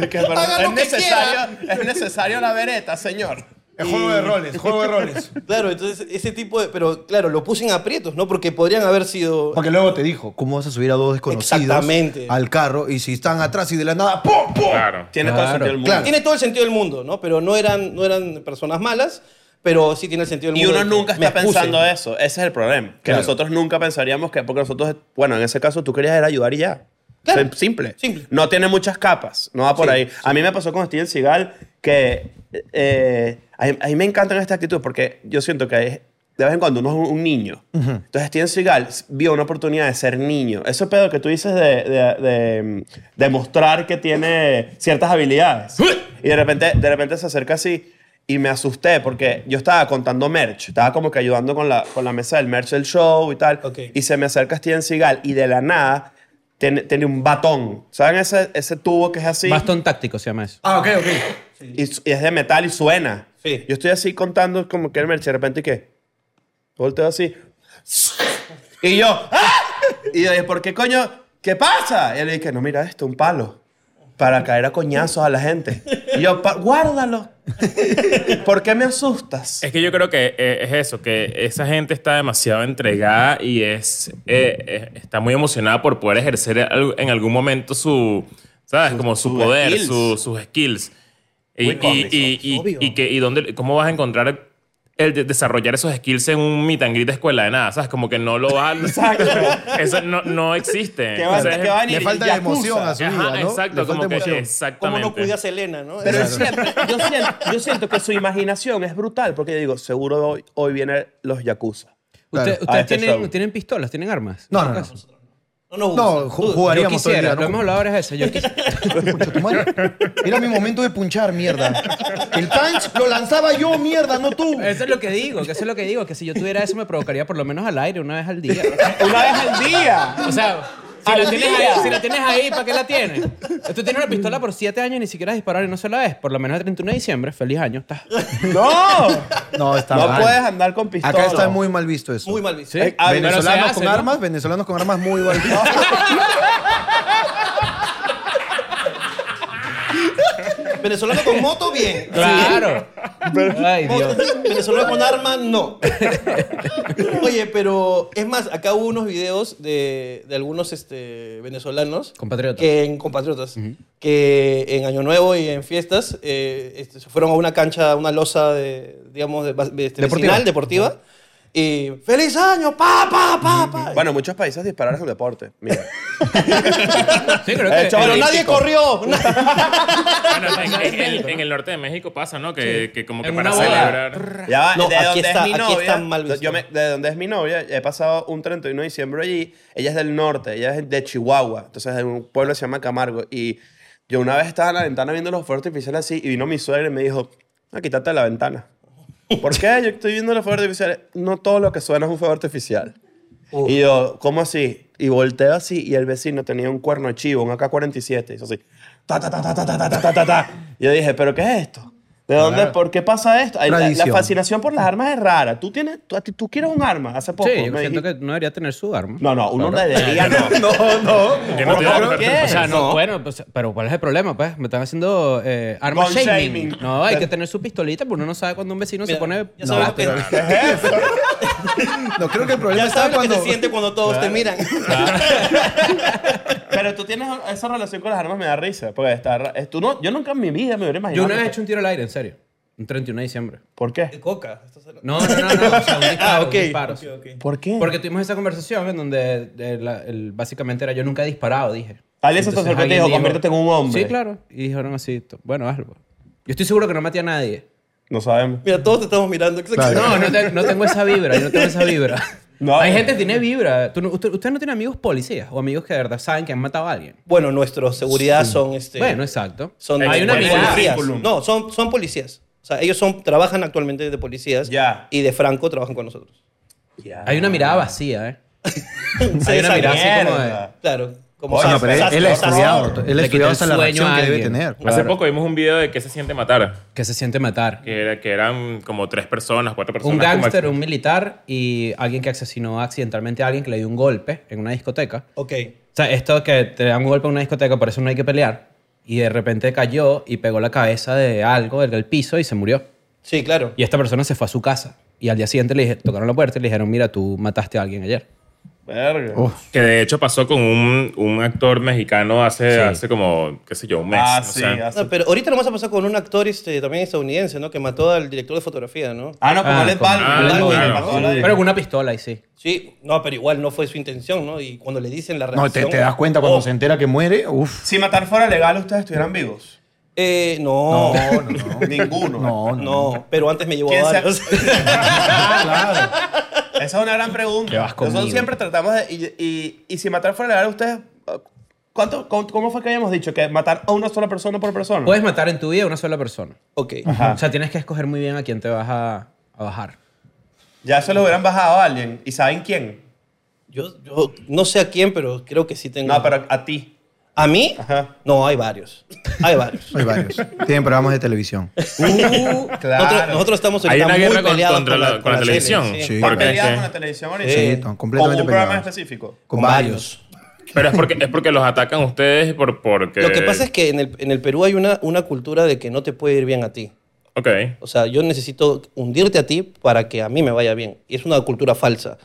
[SPEAKER 6] Que, perdón,
[SPEAKER 3] Haga lo
[SPEAKER 6] es,
[SPEAKER 3] que
[SPEAKER 6] necesario, es necesario la vereta, señor.
[SPEAKER 4] Es juego de roles, juego de roles.
[SPEAKER 3] Claro, entonces ese tipo de, pero claro, lo puse en aprietos, ¿no? Porque podrían haber sido
[SPEAKER 2] Porque luego te dijo, ¿cómo vas a subir a dos desconocidos
[SPEAKER 3] Exactamente.
[SPEAKER 2] al carro y si están atrás y de la nada, ¡pum, pum!
[SPEAKER 1] Claro.
[SPEAKER 6] Tiene todo el sentido del mundo.
[SPEAKER 2] claro.
[SPEAKER 3] tiene todo el sentido del mundo, ¿no? Pero no eran no eran personas malas, pero sí tiene el sentido del
[SPEAKER 6] Y
[SPEAKER 3] mundo.
[SPEAKER 6] uno
[SPEAKER 3] de que
[SPEAKER 6] nunca
[SPEAKER 3] me
[SPEAKER 6] está
[SPEAKER 3] expuse.
[SPEAKER 6] pensando eso. Ese es el problema. Que
[SPEAKER 2] Claro.
[SPEAKER 6] nosotros nunca pensaríamos que. Porque nosotros, bueno, en ese caso tú querías era ayudar y ya.
[SPEAKER 3] Claro.
[SPEAKER 6] O sea, simple.
[SPEAKER 3] Simple.
[SPEAKER 6] No tiene muchas capas. No va por ahí. A mí me pasó con Steven eh, Seagal que. eh, a, mí- a mí me encantan estas actitudes porque yo siento que hay de vez en cuando uno es un- un niño. Entonces Steven Seagal vio una oportunidad de ser niño. Eso pedo que tú dices de, de, de- de mostrar que tiene ciertas habilidades. y de repente, de repente se acerca así y me asusté porque yo estaba contando merch. Estaba como que ayudando con la, con la mesa del merch del show y tal.
[SPEAKER 3] Ok.
[SPEAKER 6] Y se me acerca Steven Seagal y de la nada tiene, tiene un batón. ¿Saben ese, ese tubo que es así?
[SPEAKER 7] Bastón táctico se llama eso.
[SPEAKER 4] Ah, ok, ok.
[SPEAKER 6] y, su- y es de metal y suena.
[SPEAKER 3] Sí.
[SPEAKER 6] Yo estoy así contando como que el merch, de repente que volteo así. Y yo, ¡ah! Y yo dije, ¿por qué coño? ¿Qué pasa? Y él dije, no, mira esto, un palo. Para caer a coñazos a la gente. Y yo, "Pa- guárdalo. ¿Por qué me asustas?
[SPEAKER 1] Es que yo creo que eh, es eso, que esa gente está demasiado entregada y es eh, eh, está muy emocionada por poder ejercer al- en algún momento su, ¿sabes? Como su
[SPEAKER 6] sus
[SPEAKER 1] poder,
[SPEAKER 6] skills.
[SPEAKER 1] su- sus skills. Y,
[SPEAKER 6] Muy
[SPEAKER 1] y-
[SPEAKER 6] cómico,
[SPEAKER 1] y- y-
[SPEAKER 2] obvio.
[SPEAKER 1] y que, y dónde, cómo vas a encontrar el de- desarrollar esos skills en un meet and greet de escuela de nada, ¿sabes? Como que no lo vas Exacto. Eso no, no existe.
[SPEAKER 6] Que van-
[SPEAKER 1] Entonces,
[SPEAKER 6] que van y-
[SPEAKER 2] Le falta
[SPEAKER 6] Yakuza.
[SPEAKER 2] emoción a su
[SPEAKER 1] Ajá,
[SPEAKER 2] vida, ¿no?
[SPEAKER 1] exacto,
[SPEAKER 2] Le
[SPEAKER 1] como
[SPEAKER 2] falta
[SPEAKER 1] que
[SPEAKER 2] emoción.
[SPEAKER 1] exactamente.
[SPEAKER 3] Como no cuida a Selena, ¿no?
[SPEAKER 6] Pero él siempre, yo, siento, yo siento que su imaginación es brutal, porque yo digo, seguro hoy, hoy vienen los Yakuza.
[SPEAKER 2] Claro.
[SPEAKER 7] Usted-
[SPEAKER 6] Ah,
[SPEAKER 7] ¿Ustedes
[SPEAKER 6] este
[SPEAKER 7] tienen,
[SPEAKER 6] show.
[SPEAKER 7] tienen pistolas? ¿Tienen armas?
[SPEAKER 2] No, no, no.
[SPEAKER 3] No nos gusta.
[SPEAKER 2] No, ju-
[SPEAKER 7] Yo
[SPEAKER 2] jugaríamos todo el día.
[SPEAKER 7] quisiera, lo hemos
[SPEAKER 2] ¿no?
[SPEAKER 7] hablado varias veces. Yo quisiera.
[SPEAKER 2] Concha tu madre.
[SPEAKER 4] Era mi momento de punchar, mierda. El punch lo lanzaba yo, mierda, no tú.
[SPEAKER 7] Eso es lo que digo, que eso es lo que digo, que si yo tuviera eso me provocaría por lo menos al aire una vez al día.
[SPEAKER 6] ¡Una vez al día!
[SPEAKER 7] O sea, si la, tienes ahí, si la tienes ahí, ¿para qué la tienes? Tú tienes una pistola por siete años y ni siquiera has disparado y no se la ves. Por lo menos el 31 de diciembre, feliz año. Estás.
[SPEAKER 6] ¡No!
[SPEAKER 2] No, está
[SPEAKER 6] No
[SPEAKER 2] mal.
[SPEAKER 6] puedes andar con pistola.
[SPEAKER 2] Acá está muy mal visto eso.
[SPEAKER 3] Muy mal visto.
[SPEAKER 7] ¿Sí?
[SPEAKER 6] Ah,
[SPEAKER 7] Pero se
[SPEAKER 2] venezolanos
[SPEAKER 7] hace,
[SPEAKER 2] con
[SPEAKER 7] ¿no?
[SPEAKER 2] armas, venezolanos con armas muy mal visto.
[SPEAKER 3] Venezolano con moto, bien.
[SPEAKER 7] Claro. Ay, Dios.
[SPEAKER 6] Eh,
[SPEAKER 3] Venezolano con arma, no. Oye, pero es más, acá hubo unos videos de, de algunos este, venezolanos.
[SPEAKER 7] Compatriotas.
[SPEAKER 6] eh,
[SPEAKER 3] Que en compatriotas. Que en Año Nuevo y en fiestas eh, este, se fueron a una cancha, a una losa de, digamos, de, de- este,
[SPEAKER 2] Deportiva.
[SPEAKER 3] vecinal, deportiva. Y ¡Feliz año! ¡Pa, pa, pa, pa!
[SPEAKER 6] Bueno, en muchos países disparar es un deporte. Mira.
[SPEAKER 7] Sí, creo
[SPEAKER 6] Eh,
[SPEAKER 7] que.
[SPEAKER 6] chaval,
[SPEAKER 3] pero nadie corrió.
[SPEAKER 1] Bueno, en, en- en- en el norte de México pasa, ¿no? Que, que como que
[SPEAKER 7] En
[SPEAKER 1] para
[SPEAKER 7] una boda.
[SPEAKER 1] celebrar.
[SPEAKER 6] Ya va,
[SPEAKER 3] No,
[SPEAKER 6] de
[SPEAKER 3] aquí
[SPEAKER 6] donde
[SPEAKER 3] está-
[SPEAKER 6] es mi
[SPEAKER 3] aquí
[SPEAKER 6] novia.
[SPEAKER 3] está mal visto.
[SPEAKER 6] yo me- de donde es mi novia, he pasado un 31 de diciembre allí. Ella es del norte, ella es de Chihuahua. Entonces, de un pueblo que se llama Camargo. Y yo una vez estaba en la ventana viendo los fuegos artificiales así. Y vino mi suegra y me dijo: No, quítate la ventana. ¿Por qué? Yo estoy viendo los fuegos artificiales. No todo lo que suena es un fuego artificial. Y yo, ¿cómo así? Y volteo así y el vecino tenía un cuerno de chivo, un AK-47. Hizo así. Ta, ta, ta, ta, ta, ta, ta, ta, ta, ta, ta. Y yo dije, ¿pero qué es esto? ¿De dónde? ¿Por qué pasa esto? Ay, La, la
[SPEAKER 2] Tradición.
[SPEAKER 6] fascinación por las armas es rara. Tú, tienes, tú, a ti- tú quieres un arma hace poco.
[SPEAKER 7] Sí, yo
[SPEAKER 6] me
[SPEAKER 7] siento
[SPEAKER 6] dijiste.
[SPEAKER 7] que no debería tener su arma.
[SPEAKER 6] No, no, uno debería no.
[SPEAKER 2] No, no.
[SPEAKER 1] Yo no te digo-
[SPEAKER 6] ¿Por qué?
[SPEAKER 7] O sea, no, bueno, pues, pero ¿cuál es el problema? Pues me están haciendo eh, arma
[SPEAKER 6] Gun
[SPEAKER 7] shaming.
[SPEAKER 6] shaming.
[SPEAKER 7] No, hay que tener su pistolita porque uno no sabe cuando un vecino se pone.
[SPEAKER 3] ya sabes lo que-
[SPEAKER 2] No, creo que el problema
[SPEAKER 3] ya
[SPEAKER 2] está
[SPEAKER 3] sabes lo que
[SPEAKER 2] cuando...
[SPEAKER 3] se siente cuando todos te miran.
[SPEAKER 6] Pero tú tienes esa relación con las armas, me da risa. Porque está, ra- es- tú no, yo nunca en mi vida me hubiera
[SPEAKER 7] Yo
[SPEAKER 6] imaginado.
[SPEAKER 7] una vez he
[SPEAKER 6] que-
[SPEAKER 7] hecho un tiro al aire, en serio. Un 31 de diciembre.
[SPEAKER 6] ¿Por qué?
[SPEAKER 3] Coca.
[SPEAKER 7] No, no, no, no. O sea, un
[SPEAKER 6] Ah,
[SPEAKER 3] ok.
[SPEAKER 7] disparo, un disparo.
[SPEAKER 6] ¿Por qué?
[SPEAKER 7] Porque tuvimos esa conversación en donde eh, la- el- básicamente era yo nunca he disparado, dije.
[SPEAKER 6] Alicia se acercó
[SPEAKER 7] Entonces
[SPEAKER 6] y te
[SPEAKER 7] alguien
[SPEAKER 6] dijo, conviértete en un hombre.
[SPEAKER 7] Sí, claro. Y dijeron así, t- bueno, hazlo. Yo estoy seguro que no maté a nadie.
[SPEAKER 6] No sabemos.
[SPEAKER 3] Mira, todos te estamos mirando.
[SPEAKER 7] No, no, te- no tengo esa vibra, yo no tengo esa vibra.
[SPEAKER 6] No.
[SPEAKER 7] Hay gente que tiene vibra. Tú no- usted- ¿Ustedes no tienen amigos policías o amigos que de verdad saben que han matado a alguien?
[SPEAKER 3] Bueno, nuestros seguridad son este.
[SPEAKER 7] Bueno, exacto.
[SPEAKER 3] son
[SPEAKER 6] En
[SPEAKER 7] Hay
[SPEAKER 6] el
[SPEAKER 7] una
[SPEAKER 6] colegio.
[SPEAKER 7] mirada.
[SPEAKER 3] policías.
[SPEAKER 6] currículum.
[SPEAKER 3] No, son, son policías. O sea, ellos son, trabajan actualmente de policías
[SPEAKER 6] Ya.
[SPEAKER 3] y de Franco trabajan con nosotros.
[SPEAKER 7] Hay una mirada vacía, ¿eh? Hay una
[SPEAKER 3] Esa
[SPEAKER 7] mirada así como de...
[SPEAKER 6] mierda.
[SPEAKER 3] Claro. Como
[SPEAKER 6] Bueno,
[SPEAKER 2] No,
[SPEAKER 3] sas-
[SPEAKER 2] pero él,
[SPEAKER 3] sas-
[SPEAKER 2] él ha
[SPEAKER 3] sas-
[SPEAKER 2] estudiado. Él
[SPEAKER 7] Le
[SPEAKER 2] ha estudiado
[SPEAKER 7] quita
[SPEAKER 2] hasta
[SPEAKER 7] el
[SPEAKER 2] la
[SPEAKER 7] sueño
[SPEAKER 2] reacción
[SPEAKER 7] a
[SPEAKER 2] que debe
[SPEAKER 7] alguien.
[SPEAKER 2] tener.
[SPEAKER 1] Hace
[SPEAKER 7] Claro.
[SPEAKER 1] poco vimos un video de que se siente matar.
[SPEAKER 7] que se siente matar.
[SPEAKER 1] Que, era- que eran como tres personas, cuatro personas.
[SPEAKER 7] Un
[SPEAKER 1] como-
[SPEAKER 7] gángster, un militar y alguien que asesinó accidentalmente a alguien que le dio un golpe en una discoteca.
[SPEAKER 3] Ok.
[SPEAKER 7] O sea, esto que te dan un golpe en una discoteca, por eso no hay que pelear. Y de repente cayó y pegó la cabeza de algo del del piso y se murió.
[SPEAKER 3] Sí, claro.
[SPEAKER 7] Y esta persona se fue a su casa. Y al día siguiente le dije- tocaron la puerta y le dijeron, mira, tú mataste a alguien ayer.
[SPEAKER 6] Verga.
[SPEAKER 1] Que de hecho pasó con un, un actor mexicano hace,
[SPEAKER 7] Sí.
[SPEAKER 1] hace como, qué sé yo, un mes.
[SPEAKER 6] Ah,
[SPEAKER 1] o
[SPEAKER 6] sí,
[SPEAKER 1] sea.
[SPEAKER 6] ah, sí.
[SPEAKER 3] No, pero ahorita nomás ha pasado con un actor este, también estadounidense, ¿no? Que mató al director de fotografía, ¿no?
[SPEAKER 6] Ah, no, como
[SPEAKER 7] Ah,
[SPEAKER 6] él es
[SPEAKER 7] como-
[SPEAKER 6] Baldwin.
[SPEAKER 1] Ah,
[SPEAKER 6] Baldwin,
[SPEAKER 1] claro.
[SPEAKER 6] el pastor,
[SPEAKER 7] Pero con una pistola y sí.
[SPEAKER 3] Sí, no, pero igual no fue su intención, ¿no? Y cuando le dicen la
[SPEAKER 2] No,
[SPEAKER 3] reacción...
[SPEAKER 2] te, te das cuenta cuando
[SPEAKER 3] Oh,
[SPEAKER 2] se entera que muere. Uf.
[SPEAKER 6] Si matar fuera legal, ustedes estuvieran vivos.
[SPEAKER 3] Eh, no, no,
[SPEAKER 6] Ninguno.
[SPEAKER 4] No, no.
[SPEAKER 3] pero antes me llevó
[SPEAKER 6] ¿Quién
[SPEAKER 3] a
[SPEAKER 6] se-
[SPEAKER 3] varios.
[SPEAKER 6] Esa es una gran pregunta.
[SPEAKER 7] Te vas
[SPEAKER 6] Nosotros
[SPEAKER 7] conmigo.
[SPEAKER 6] siempre tratamos de. Y, y- y si matar fuera legal, ustedes. ¿cuánto, cómo, cómo fue que habíamos dicho? ¿Que matar a una sola persona por persona?
[SPEAKER 7] Puedes matar en tu vida a una sola persona.
[SPEAKER 3] ok.
[SPEAKER 6] Ah. Ajá.
[SPEAKER 7] O sea, tienes que escoger muy bien a quién te vas a, a bajar.
[SPEAKER 6] Ya se lo hubieran bajado a alguien. ¿Y saben quién?
[SPEAKER 3] Yo, yo no sé a quién, pero creo que sí tengo.
[SPEAKER 6] No, pero a ti.
[SPEAKER 3] ¿A mí?
[SPEAKER 6] Ajá.
[SPEAKER 3] No, hay varios. Hay varios.
[SPEAKER 2] Hay varios. Tienen programas de televisión.
[SPEAKER 3] Uh, nosotros, nosotros estamos
[SPEAKER 1] Hay
[SPEAKER 3] ahorita
[SPEAKER 1] una
[SPEAKER 3] muy
[SPEAKER 1] guerra con,
[SPEAKER 3] peleados
[SPEAKER 1] contra la, con la
[SPEAKER 3] tele,
[SPEAKER 1] televisión.
[SPEAKER 3] sí.
[SPEAKER 2] Sí.
[SPEAKER 6] ¿Están
[SPEAKER 1] Porque,
[SPEAKER 6] peleados
[SPEAKER 1] este,
[SPEAKER 6] con la televisión ahorita?
[SPEAKER 2] Sí,
[SPEAKER 6] Sí.
[SPEAKER 2] están
[SPEAKER 6] ¿Con un
[SPEAKER 2] completamente
[SPEAKER 6] programa
[SPEAKER 2] pegados.
[SPEAKER 6] específico?
[SPEAKER 2] Con varios.
[SPEAKER 1] pero es porque, es porque los atacan ustedes por, porque...
[SPEAKER 3] Lo que pasa es que en el, en el Perú hay una, una cultura de que no te puede ir bien a ti.
[SPEAKER 1] Ok.
[SPEAKER 3] O sea, yo necesito hundirte a ti para que a mí me vaya bien. Y es una cultura falsa,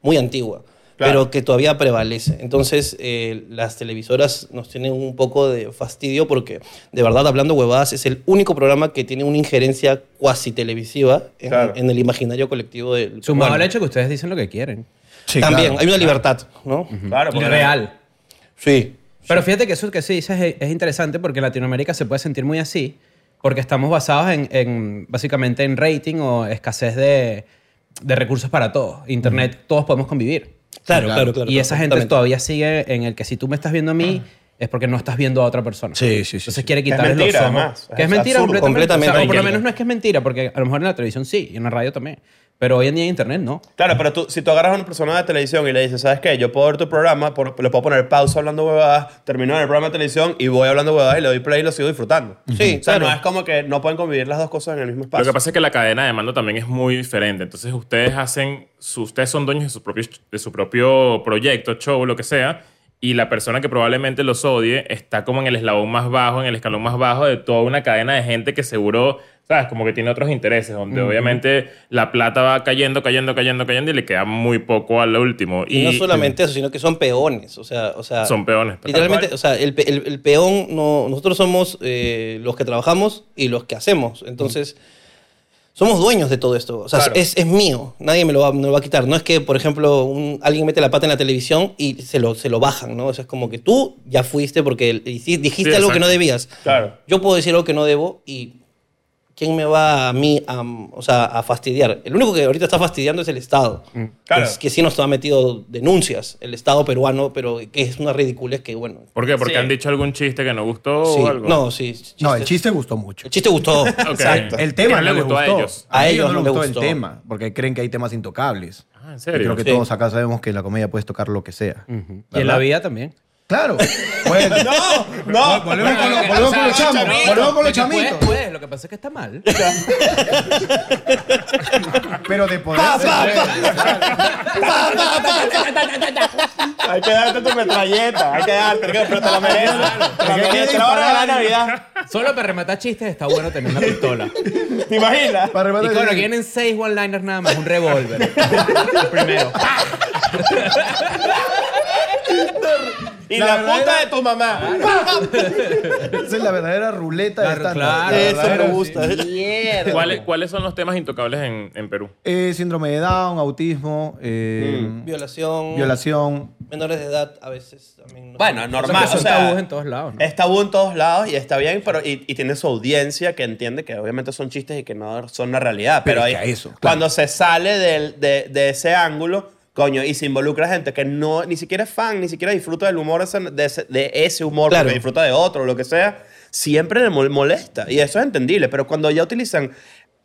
[SPEAKER 3] muy antigua,
[SPEAKER 6] Claro.
[SPEAKER 3] pero que todavía prevalece. Entonces, eh, las televisoras nos tienen un poco de fastidio porque, de verdad, hablando huevadas, es el único programa que tiene una injerencia cuasi televisiva en,
[SPEAKER 6] Claro.
[SPEAKER 3] en el imaginario colectivo del.
[SPEAKER 7] Sumado
[SPEAKER 3] peruano.
[SPEAKER 7] al hecho que ustedes dicen lo que quieren.
[SPEAKER 3] También, hay una libertad, ¿no?
[SPEAKER 6] Claro, porque-
[SPEAKER 7] Real.
[SPEAKER 3] Sí.
[SPEAKER 7] Pero fíjate que eso que sí dices es, es interesante porque en Latinoamérica se puede sentir muy así porque estamos basados en, en, básicamente en rating o escasez de, de recursos para todos. Internet, todos podemos convivir.
[SPEAKER 3] Claro, claro, claro.
[SPEAKER 7] y esa gente
[SPEAKER 3] exactamente.
[SPEAKER 7] todavía sigue en el que si tú me estás viendo a mí es porque no estás viendo a otra persona.
[SPEAKER 2] Sí, sí, sí,
[SPEAKER 7] Entonces
[SPEAKER 2] sí.
[SPEAKER 7] quiere
[SPEAKER 6] Que es
[SPEAKER 7] quitarles los
[SPEAKER 6] mentira,
[SPEAKER 7] ojos.
[SPEAKER 6] además.
[SPEAKER 7] Que es
[SPEAKER 6] Es
[SPEAKER 7] mentira
[SPEAKER 6] absurdo.
[SPEAKER 7] completamente.
[SPEAKER 3] Completamente.
[SPEAKER 7] O sea, o por lo
[SPEAKER 3] Mentira.
[SPEAKER 7] menos no es que es mentira, porque a lo mejor en la televisión sí, y en la radio también. Pero hoy en día en internet no.
[SPEAKER 6] Claro, pero tú, si tú agarras a una persona de televisión y le dices, ¿sabes qué? Yo puedo ver tu programa, por- le puedo poner pausa hablando huevadas, termino en el programa de televisión y voy hablando huevadas y le doy play y lo sigo disfrutando.
[SPEAKER 3] Sí,
[SPEAKER 6] O sea,
[SPEAKER 3] claro.
[SPEAKER 6] no es como que no pueden convivir las dos cosas en el mismo espacio.
[SPEAKER 1] Lo que pasa es que la cadena de mando también es muy diferente. Entonces ustedes hacen, su- ustedes son dueños de su, propio, de su propio proyecto, show, lo que sea, y la persona que probablemente los odie está como en el eslabón más bajo, en el escalón más bajo de toda una cadena de gente que seguro, sabes, como que tiene otros intereses, donde obviamente la plata va cayendo, cayendo, cayendo, cayendo y le queda muy poco al último.
[SPEAKER 3] Y, no solamente eso, sino que son peones. O sea, o sea
[SPEAKER 1] Son peones, tal
[SPEAKER 3] Literalmente,
[SPEAKER 6] cual.
[SPEAKER 3] o sea, el, pe- el- el peón, no, nosotros somos eh, los que trabajamos y los que hacemos. Entonces, somos dueños de todo esto. O sea,
[SPEAKER 6] Claro.
[SPEAKER 3] es, es mío. Nadie me lo, va, me lo va a quitar. No es que, por ejemplo, un- alguien mete la pata en la televisión y se lo, se lo bajan, ¿no? O sea, es como que tú ya fuiste porque el- hici- dijiste
[SPEAKER 1] Sí,
[SPEAKER 3] algo que
[SPEAKER 1] exacto.
[SPEAKER 3] no debías.
[SPEAKER 6] Claro.
[SPEAKER 3] Yo puedo decir algo que no debo y ¿quién me va a mí a, o sea, a fastidiar? El único que ahorita está fastidiando es el Estado.
[SPEAKER 6] Mm. claro.
[SPEAKER 3] Es que sí nos ha metido denuncias, el Estado peruano, pero que es una ridiculez que, bueno.
[SPEAKER 1] ¿Por qué? ¿Porque
[SPEAKER 6] Sí.
[SPEAKER 1] han dicho algún chiste que no gustó
[SPEAKER 3] sí.
[SPEAKER 1] o algo?
[SPEAKER 3] No, sí.
[SPEAKER 2] No, el
[SPEAKER 3] chistes-
[SPEAKER 2] chiste gustó mucho.
[SPEAKER 3] El chiste gustó.
[SPEAKER 1] Ok.
[SPEAKER 6] Exacto.
[SPEAKER 2] El tema
[SPEAKER 1] Que
[SPEAKER 2] no,
[SPEAKER 1] no le
[SPEAKER 2] les
[SPEAKER 1] gustó
[SPEAKER 2] gustó.
[SPEAKER 1] a ellos.
[SPEAKER 3] A ellos no
[SPEAKER 2] les
[SPEAKER 3] les
[SPEAKER 2] gustó,
[SPEAKER 3] gustó.
[SPEAKER 2] el tema, porque creen que hay temas intocables.
[SPEAKER 1] Ah, ¿En
[SPEAKER 2] Y
[SPEAKER 1] serio?
[SPEAKER 2] creo que
[SPEAKER 3] Sí.
[SPEAKER 2] todos acá sabemos que en la comedia puedes tocar lo que sea.
[SPEAKER 7] Y en
[SPEAKER 2] ¿Verdad?
[SPEAKER 7] la vida también.
[SPEAKER 2] Claro. Bueno,
[SPEAKER 6] No,
[SPEAKER 2] volvemos con los- volvemos con los chamos. Volvemos con los chamitos.
[SPEAKER 7] Pues, lo que pasa es que está mal.
[SPEAKER 2] Pero de poder.
[SPEAKER 6] Hay que darte tu metralleta, hay que darte, pero te la mereces. Te la
[SPEAKER 2] Porque hay que
[SPEAKER 6] mereces, la hora de la Navidad.
[SPEAKER 7] Solo para rematar chistes está bueno tener una pistola.
[SPEAKER 6] ¿Te imaginas?
[SPEAKER 2] Para
[SPEAKER 7] Y
[SPEAKER 2] rematar,
[SPEAKER 7] claro,
[SPEAKER 2] sí.
[SPEAKER 7] vienen seis one-liners nada más, un revólver. El primero.
[SPEAKER 6] Y
[SPEAKER 2] La
[SPEAKER 6] la,
[SPEAKER 2] verdadera-
[SPEAKER 6] puta de tu mamá.
[SPEAKER 2] Esa es la verdadera ruleta
[SPEAKER 7] Claro,
[SPEAKER 2] de stand-up.
[SPEAKER 7] claro.
[SPEAKER 2] La
[SPEAKER 3] Eso
[SPEAKER 2] verdadera-
[SPEAKER 3] me gusta.
[SPEAKER 1] ¿Cuáles, ¿Cuáles son los temas intocables en, en Perú?
[SPEAKER 2] Eh, síndrome de Down, autismo, eh,
[SPEAKER 6] Mm.
[SPEAKER 3] Violación.
[SPEAKER 2] violación.
[SPEAKER 3] Menores de edad a veces también. no-
[SPEAKER 6] Bueno, normal.
[SPEAKER 7] Porque son
[SPEAKER 6] o sea,
[SPEAKER 7] tabúes en todos lados. ¿no?
[SPEAKER 6] Es tabú en todos lados y está bien, pero y, y tiene su audiencia que entiende que obviamente son chistes y que no son la realidad. Pero,
[SPEAKER 2] Pero es
[SPEAKER 6] ahí,
[SPEAKER 2] que a eso, claro.
[SPEAKER 6] cuando se sale del- de, de ese ángulo, coño, y se involucra gente que no, ni siquiera es fan, ni siquiera disfruta del humor, ese- de ese, de ese humor,
[SPEAKER 3] Claro.
[SPEAKER 6] porque disfruta de otro, lo que sea, siempre le mol- molesta. Y eso es entendible, pero cuando ya utilizan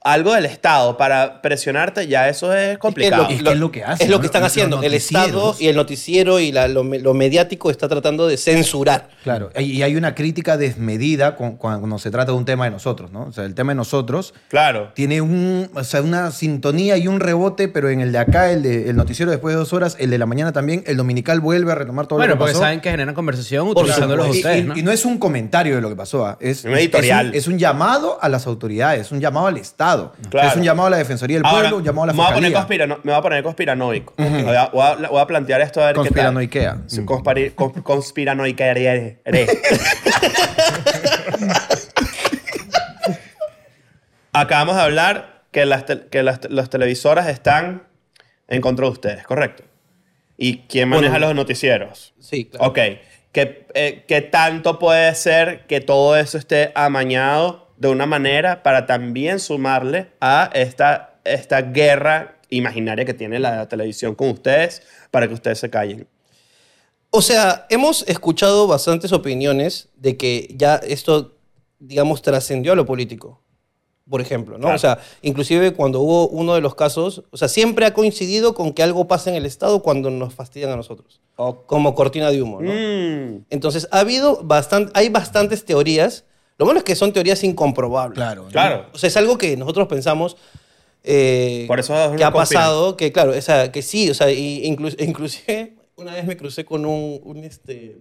[SPEAKER 6] algo del Estado para presionarte, ya eso es complicado.
[SPEAKER 2] Es que es lo que hacen,
[SPEAKER 3] Es lo
[SPEAKER 2] ¿no?
[SPEAKER 3] que están
[SPEAKER 2] Los
[SPEAKER 3] haciendo. El
[SPEAKER 2] noticieros.
[SPEAKER 3] Estado y el noticiero y la- lo, me- lo mediático está tratando de censurar.
[SPEAKER 2] Claro, y y hay una crítica desmedida cu- cuando se trata de un tema de nosotros, ¿no? O sea, el tema de nosotros
[SPEAKER 6] Claro.
[SPEAKER 2] tiene un, o sea, una sintonía y un rebote, pero en el de acá, el, de- el noticiero después de dos horas, el de la mañana también, el dominical vuelve a retomar todo lo
[SPEAKER 7] Bueno,
[SPEAKER 2] que
[SPEAKER 7] porque
[SPEAKER 2] pasó.
[SPEAKER 7] saben que generan conversación utilizándolos
[SPEAKER 2] Y- y-
[SPEAKER 7] ustedes,
[SPEAKER 2] y,
[SPEAKER 7] ¿no?
[SPEAKER 2] y no es un comentario de lo que pasó, ah, es,
[SPEAKER 6] Un editorial.
[SPEAKER 2] Es un, es un llamado a las autoridades, es un llamado al Estado,
[SPEAKER 6] Claro.
[SPEAKER 2] es un llamado a la Defensoría del
[SPEAKER 6] Ahora,
[SPEAKER 2] Pueblo, un llamado a la
[SPEAKER 6] me voy a poner
[SPEAKER 2] Fiscalía.
[SPEAKER 6] conspirano- me voy a poner conspiranoico. Voy, a, voy a- voy a plantear esto a ver qué
[SPEAKER 2] Conspiranoiquea.
[SPEAKER 6] tal. Sí, conspari- cons- conspiranoiquearé. Acabamos de hablar que las, tel- que las, las televisoras están en contra de ustedes, ¿correcto? ¿Y quién maneja los noticieros?
[SPEAKER 3] Sí, claro.
[SPEAKER 6] Ok. que, eh, que tanto puede ser que todo eso esté amañado de una manera para también sumarle a esta, esta guerra imaginaria que tiene la televisión con ustedes para que ustedes se callen.
[SPEAKER 3] O sea, hemos escuchado bastantes opiniones de que ya esto, digamos, trascendió a lo político. Por ejemplo, ¿no?
[SPEAKER 1] Claro.
[SPEAKER 3] O sea, inclusive cuando hubo uno de los casos, o sea, siempre ha coincidido con que algo pasa en el Estado cuando nos fastidian a nosotros. Como cortina de humo, ¿no?
[SPEAKER 6] Mm.
[SPEAKER 3] Entonces, ha habido bastan- hay bastantes teorías. Lo bueno es que son teorías incomprobables.
[SPEAKER 4] Claro. ¿no?
[SPEAKER 6] Claro.
[SPEAKER 3] O sea, es algo que nosotros pensamos eh,
[SPEAKER 6] Por eso no
[SPEAKER 3] que ha
[SPEAKER 6] conspiran.
[SPEAKER 3] pasado, que claro, o sea, que sí, o sea, y inclu- inclusive una vez me crucé con un, un, este,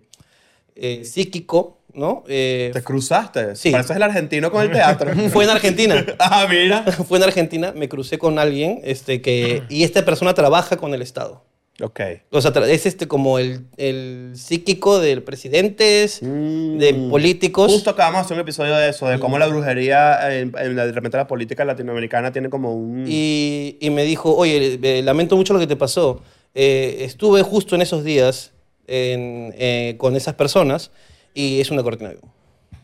[SPEAKER 3] eh, psíquico, ¿no? Eh,
[SPEAKER 6] Te cruzaste.
[SPEAKER 3] Sí.
[SPEAKER 6] Pareces el argentino con el teatro.
[SPEAKER 3] fue en Argentina.
[SPEAKER 6] ah, mira.
[SPEAKER 3] fue en Argentina, me crucé con alguien este, que, y esta persona trabaja con el Estado.
[SPEAKER 6] Ok.
[SPEAKER 3] O sea, tra- es este como el, el psíquico de presidentes,
[SPEAKER 2] Mm.
[SPEAKER 3] de políticos.
[SPEAKER 6] Mm. Justo acabamos de hacer un episodio de eso, de cómo la brujería, en, en la, de repente la política latinoamericana tiene como
[SPEAKER 2] Mm.
[SPEAKER 6] un...
[SPEAKER 3] y, y me dijo, oye, eh, lamento mucho lo que te pasó. Eh, estuve justo en esos días en- eh, con esas personas y es una cortina de humo".
[SPEAKER 2] Ah,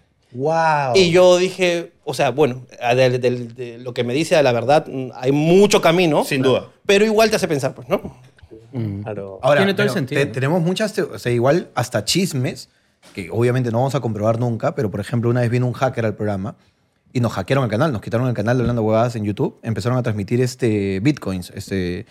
[SPEAKER 6] ¡Wow!
[SPEAKER 3] Y yo dije, o sea, bueno, a- del- del- de, lo que me dice, a la verdad, mm, hay mucho camino.
[SPEAKER 6] Sin duda.
[SPEAKER 3] Pero igual te hace pensar, pues, ¿no?
[SPEAKER 7] Mm.
[SPEAKER 6] Claro.
[SPEAKER 2] Ahora,
[SPEAKER 7] Tiene todo el
[SPEAKER 2] bueno,
[SPEAKER 7] sentido,
[SPEAKER 2] te-
[SPEAKER 7] ¿no?
[SPEAKER 2] tenemos muchas, te- o sea, igual hasta chismes, que obviamente no vamos a comprobar nunca, pero por ejemplo, una vez vino un hacker al programa y nos hackearon el canal, nos quitaron el canal de Hablando Huevadas en YouTube, empezaron a transmitir este bitcoins, este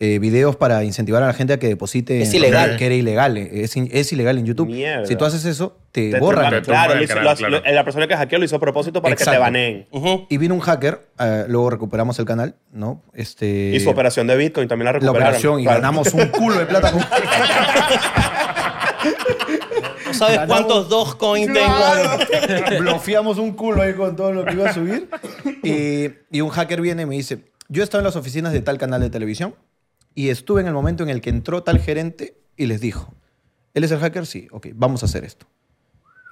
[SPEAKER 2] eh, videos para incentivar a la gente a que deposite.
[SPEAKER 3] Es
[SPEAKER 2] en-
[SPEAKER 3] ilegal.
[SPEAKER 2] Que era ilegal, eh, es, in- es ilegal en YouTube.
[SPEAKER 6] Mierda.
[SPEAKER 2] Si tú haces eso, te,
[SPEAKER 6] Te
[SPEAKER 2] borran.
[SPEAKER 6] tumban-
[SPEAKER 1] Te tumban
[SPEAKER 6] claro,
[SPEAKER 1] el
[SPEAKER 6] lo hizo-
[SPEAKER 1] canal,
[SPEAKER 6] lo hace-
[SPEAKER 1] claro.
[SPEAKER 6] lo- la persona que hackeó lo hizo a propósito para que
[SPEAKER 2] Exacto.
[SPEAKER 6] te baneen.
[SPEAKER 3] Ujú.
[SPEAKER 2] Y vino un hacker, eh, luego recuperamos el canal, ¿no? Este,
[SPEAKER 6] y su operación de Bitcoin también la
[SPEAKER 2] la
[SPEAKER 6] recuperaron.
[SPEAKER 2] operación y
[SPEAKER 6] Claro.
[SPEAKER 2] ganamos un culo de plata con...
[SPEAKER 3] ¿No sabes cuántos dos coins tengo?
[SPEAKER 2] Bloqueamos un culo ahí con todo lo que iba a subir. Y, y un hacker viene y me dice, yo estaba en las oficinas de tal canal de televisión y estuve en el momento en el que entró tal gerente y les dijo, ¿él es el hacker? Sí, ok, vamos a hacer esto.